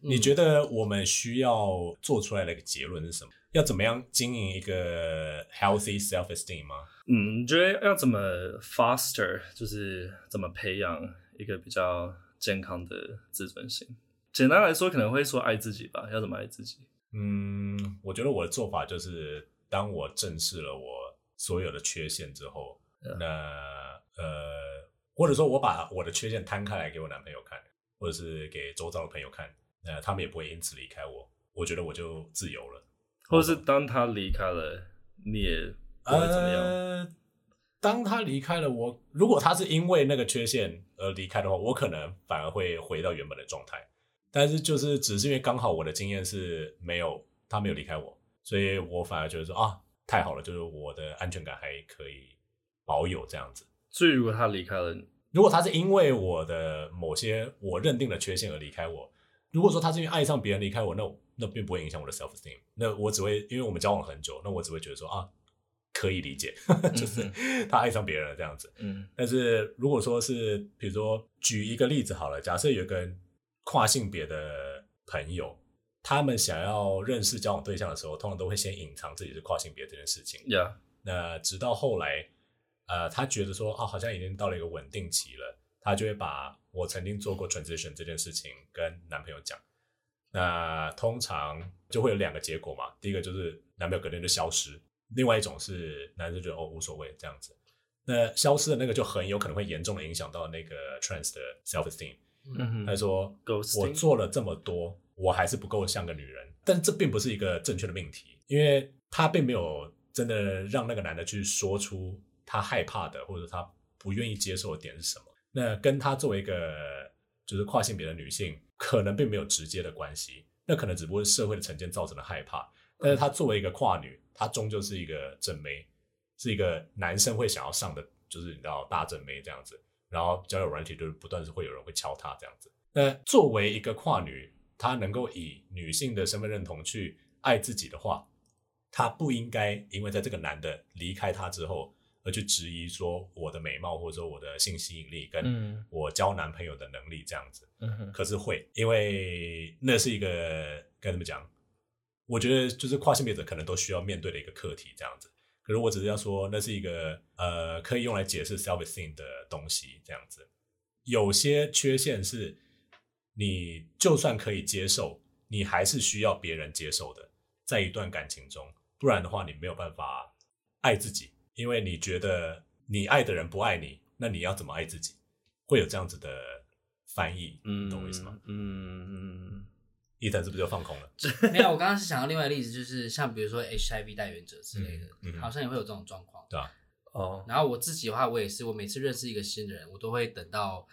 S2: 你觉得我们需要做出来的一个结论是什么？要怎么样经营一个 healthy self esteem 吗？
S3: 嗯，你觉得要怎么 foster，就是怎么培养一个比较健康的自尊心？简单来说，可能会说爱自己吧。要怎么爱自己？
S2: 嗯，我觉得我的做法就是，当我正视了我所有的缺陷之后，那呃，或者说我把我的缺陷摊开来给我男朋友看，或者是给周遭的朋友看，那他们也不会因此离开我。我觉得我就自由了。
S3: 或者是当他离开了，你也不会怎么样？
S2: 呃，当他离开了我，如果他是因为那个缺陷而离开的话，我可能反而会回到原本的状态。但是就是只是因为刚好我的经验是没有他没有离开我，所以我反而觉得说啊，太好了，就是我的安全感还可以保有这样子。
S3: 所以如果他离开了，
S2: 如果他是因为我的某些我认定的缺陷而离开我，如果说他是因为爱上别人离开我，那我那并不会影响我的 self esteem。那我只会因为我们交往了很久，那我只会觉得说啊，可以理解， 就是他爱上别人了这样子。
S3: 嗯
S2: 但是如果说是比如说举一个例子好了，假设有一个跨性别的朋友，他们想要认识交往对象的时候，通常都会先隐藏自己是跨性别这件事情。
S3: ，Yeah，
S2: 那直到后来，呃，他觉得说，哦，好像已经到了一个稳定期了，他就会把我曾经做过 transition 这件事情跟男朋友讲。那通常就会有两个结果嘛，第一个就是男朋友隔天就消失，另外一种是男生觉得哦无所谓这样子。那消失的那个就很有可能会严重的影响到那个 trans 的 self esteem。
S3: 嗯
S2: 他
S3: 哼，
S2: 说
S3: Ghosting
S2: 我做了这么多，我还是不够像个女人。但这并不是一个正确的命题，因为他并没有真的让那个男的去说出他害怕的或者他不愿意接受的点是什么。那跟他作为一个就是跨性别的女性，可能并没有直接的关系，那可能只不过是社会的成见造成的害
S3: 嗯
S2: 怕。但是她作为一个跨女，她终究是一个正妹，是一个男生会想要上的，就是你知道大正妹这样子。然后交友软体就是不断是会有人会敲她这样子。那作为一个跨女，她能够以女性的身份认同去爱自己的话，她不应该因为在这个男的离开她之后，而去质疑说我的美貌或者说我的性吸引力跟
S3: 嗯
S2: 我交男朋友的能力这样子。
S3: 嗯哼，
S2: 可是会，因为那是一个该怎么讲？我觉得就是跨性别者可能都需要面对的一个课题，这样子。可是我只是要说，那是一个呃，可以用来解释 self esteem 的东西，这样子。有些缺陷是你就算可以接受，你还是需要别人接受的，在一段感情中，不然的话你没有办法爱自己，因为你觉得你爱的人不爱你，那你要怎么爱自己？会有这样子的翻译，
S3: 嗯，
S2: 你懂我意思吗？？
S3: 嗯嗯，
S2: 伊藤是不是就放空了？
S1: 没有，我刚刚是想到另外一个例子，就是像比如说 HIV 带源者之类的，
S2: 嗯嗯
S1: 好像也会有这种状况。
S2: 对吧、
S3: 哦，
S1: 然后我自己的话，我也是，我每次认识一个新的人，我都会等到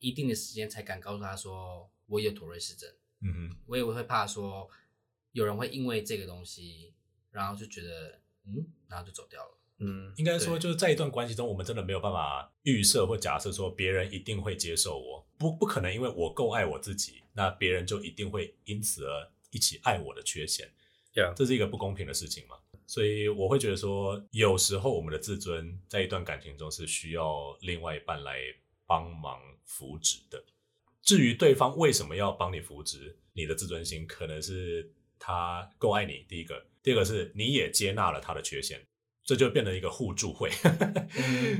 S1: 一定的时间才敢告诉他说我有妥瑞氏症。
S2: 嗯哼，
S1: 我也会怕说有人会因为这个东西，然后就觉得嗯，然后就走掉了。
S3: 嗯，
S2: 应该说，就是在一段关系中，我们真的没有办法预设或假设说别人一定会接受我，不不可能，因为我够爱我自己，那别人就一定会因此而一起爱我的缺陷，
S3: 对呀，
S2: 这是一个不公平的事情嘛。所以我会觉得说，有时候我们的自尊在一段感情中是需要另外一半来帮忙扶植的。至于对方为什么要帮你扶植，你的自尊心可能是他够爱你，第一个；第二个是你也接纳了他的缺陷，这就变成一个互助会，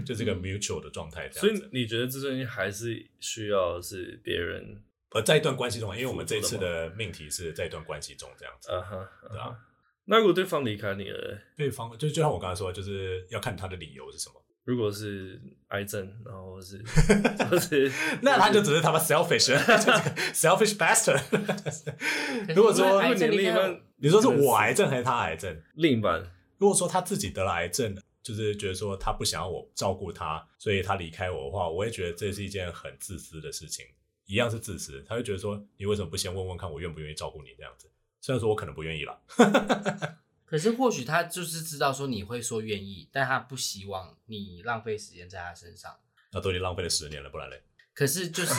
S2: 就是一个 mutual 的状态。这
S3: 嗯所
S2: 样
S3: 以
S2: 子。
S3: 你觉得自尊心还是需要是别人？
S2: 而在一段关系中，因为我们这一次的命题是在一段关系中这样子，
S3: 啊哈，
S2: 对啊
S3: 啊哈。那如果对方离开你了，
S2: 对方就就像我刚才说的，就是要看他的理由是什么。
S3: 如果是癌症，然后是，或是
S2: 那他就只是他妈 selfish selfish bastard
S1: 可是。
S2: 如果
S1: 因为哎
S2: 说
S1: 癌症离开
S3: 如果你另一半
S1: 了，
S2: 你说是我癌症还是他癌症，
S3: 另一半，
S2: 如果说他自己得了癌症，就是觉得说他不想要我照顾他，所以他离开我的话，我也觉得这是一件很自私的事情，一样是自私。他会觉得说你为什么不先问问看我愿不愿意照顾你这样子？虽然说我可能不愿意啦，
S1: 可是或许他就是知道说你会说愿意，但他不希望你浪费时间在他身上。
S2: 那都已经浪费了十年了，不然嘞，
S1: 可是就是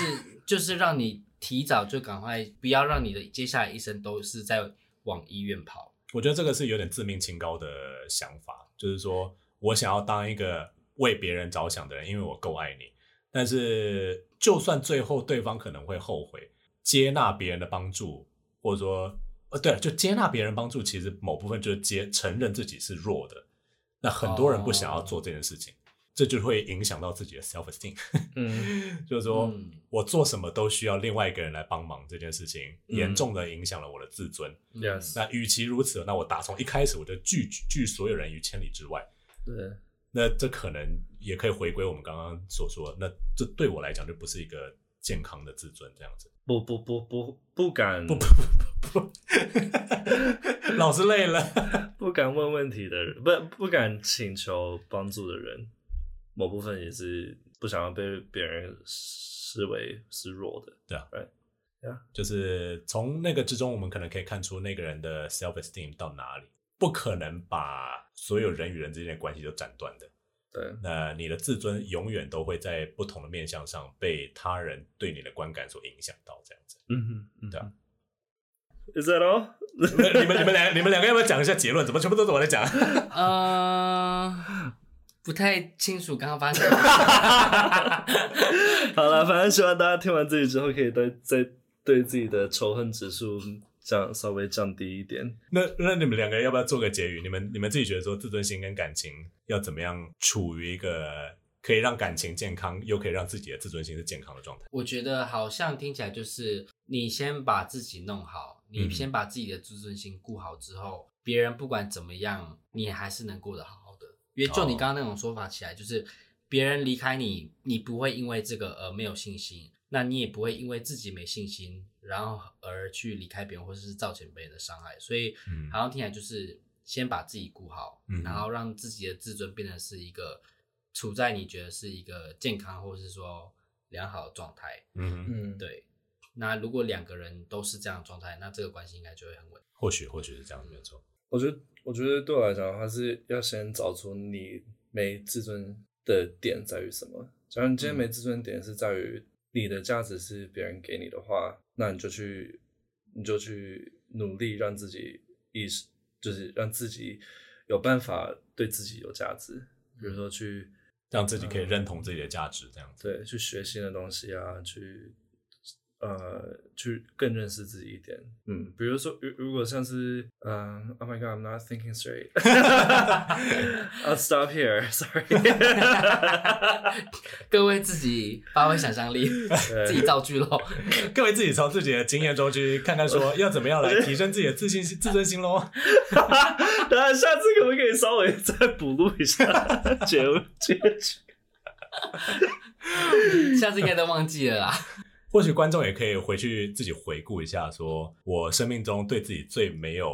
S1: 就是让你提早就赶快，不要让你的接下来一生都是在往医院跑。
S2: 我觉得这个是有点自命清高的想法，就是说我想要当一个为别人着想的人，因为我够爱你。但是就算最后对方可能会后悔，接纳别人的帮助，或者说，呃，对了，就接纳别人帮助，其实某部分就是接承认自己是弱的。那很多人不想要做这件事情，这就会影响到自己的 self esteem。
S3: 嗯，
S2: 就是说、
S1: 嗯
S2: 我做什么都需要另外一个人来帮忙，这件事情
S3: 嗯
S2: 严重的影响了我的自尊。
S1: 嗯
S3: Yes
S2: 那与其如此，那我打从一开始我就拒拒所有人于千里之外。
S3: 对，
S2: 那这可能也可以回归我们刚刚所说，那这对我来讲就不是一个健康的自尊这样子。
S3: 不不不不不敢不
S2: 老师累了，
S3: 不敢问问题的人，不不敢请求帮助的人，某部分也是不想要被别人视为是弱的。
S2: 就是从那个之中，我们可能可以看出那个人的 self esteem 到哪里。不可能把所有人与人之间的关系都斩断的。
S3: 对，
S2: 那你的自尊永远都会在不同的面向上被他人对你的观感所影响到，这样子。
S3: 嗯哼，
S2: 对啊。
S3: Is that all？
S2: 你们你们两你们两个要不要讲一下结论？怎么全部都是我在讲？
S1: 呃，不太清楚刚刚发生什么事。
S3: 好了，反正希望大家听完这里之后，可以对再对自己的仇恨指数降稍微降低一点。
S2: 那那你们两个要不要做个结语？你们你们自己觉得说自尊心跟感情要怎么样处于一个可以让感情健康，又可以让自己的自尊心是健康的状态？
S1: 我觉得好像听起来就是你先把自己弄好，你
S2: 嗯
S1: 先把自己的自尊心顾好之后，别人不管怎么样，你还是能过得好好的。因为就你
S2: 哦
S1: 刚刚那种说法起来，就是别人离开你，你不会因为这个呃而没有信心，那你也不会因为自己没信心，然后而去离开别人或者是造成别人的伤害。所以
S2: 嗯
S1: 好像听起来就是先把自己顾好，
S2: 嗯
S1: 然后让自己的自尊变成是一个处在你觉得是一个健康或者是说良好的状态。
S2: 嗯，
S3: 嗯，
S1: 对，那如果两个人都是这样的状态，那这个关系应该就会很稳。
S2: 或许或许是这样，没有错。
S3: 我觉得，我觉得对我来讲的话，是要先找出你没自尊的点在于什么。假如你今天
S1: 嗯
S3: 没自尊点是在于你的价值是别人给你的话，那你就去，你就去努力让自己意识，就是让自己有办法对自己有价值。比如说去嗯
S2: 让自己可以认同自己的价值，这样子。
S3: 对去学新的东西啊，去呃去更认识自己一点。嗯，比如说，如如果像是嗯、o h my God，I'm not thinking straight 。I'll stop here. Sorry.
S1: 各位自己发挥想象力，自己造句喽。
S2: 各位自己从自己的经验中去看看，说要怎么样来提升自己的自信心、自尊心喽。
S3: 当然，下次可不可以稍微 再补录一下结结局？
S1: 下次应该都忘记了啦。
S2: 或许观众也可以回去自己回顾一下，说我生命中对自己最没有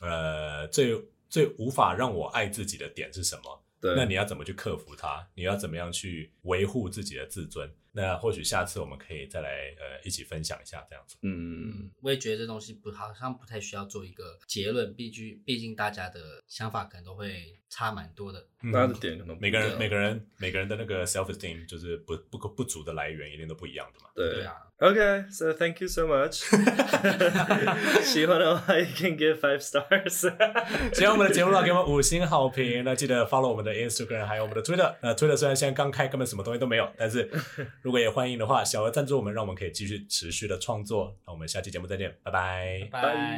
S2: 呃最最无法让我爱自己的点是什么？
S3: 对
S2: 那你要怎么去克服它？你要怎么样去维护自己的自尊？那或许下次我们可以再来呃一起分享一下这样子。
S3: 嗯，
S1: 我也觉得这东西不好像不太需要做一个结论，毕竟毕竟大家的想法可能都会差蛮多的。
S3: 大家的点可能不
S2: 嗯每个
S3: 一
S2: 人
S3: 样
S2: 每个人每个人的那个 self esteem 就是不不不足的来源一定都不一样的嘛。
S1: 对
S3: 对
S1: 啊。
S3: Okay, so thank you so much. 喜欢的话，you can give five stars.
S2: 喜欢我们的节目的话，给我们五星好评。那记得 follow 我们的 Instagram，还有我们的 Twitter。那 Twitter 虽然现在刚开，根本什么东西都没有，但是如果也欢迎的话，小额赞助我们，让我们可以继续持续的创作。那我们下期节目再见，拜拜。
S1: 拜。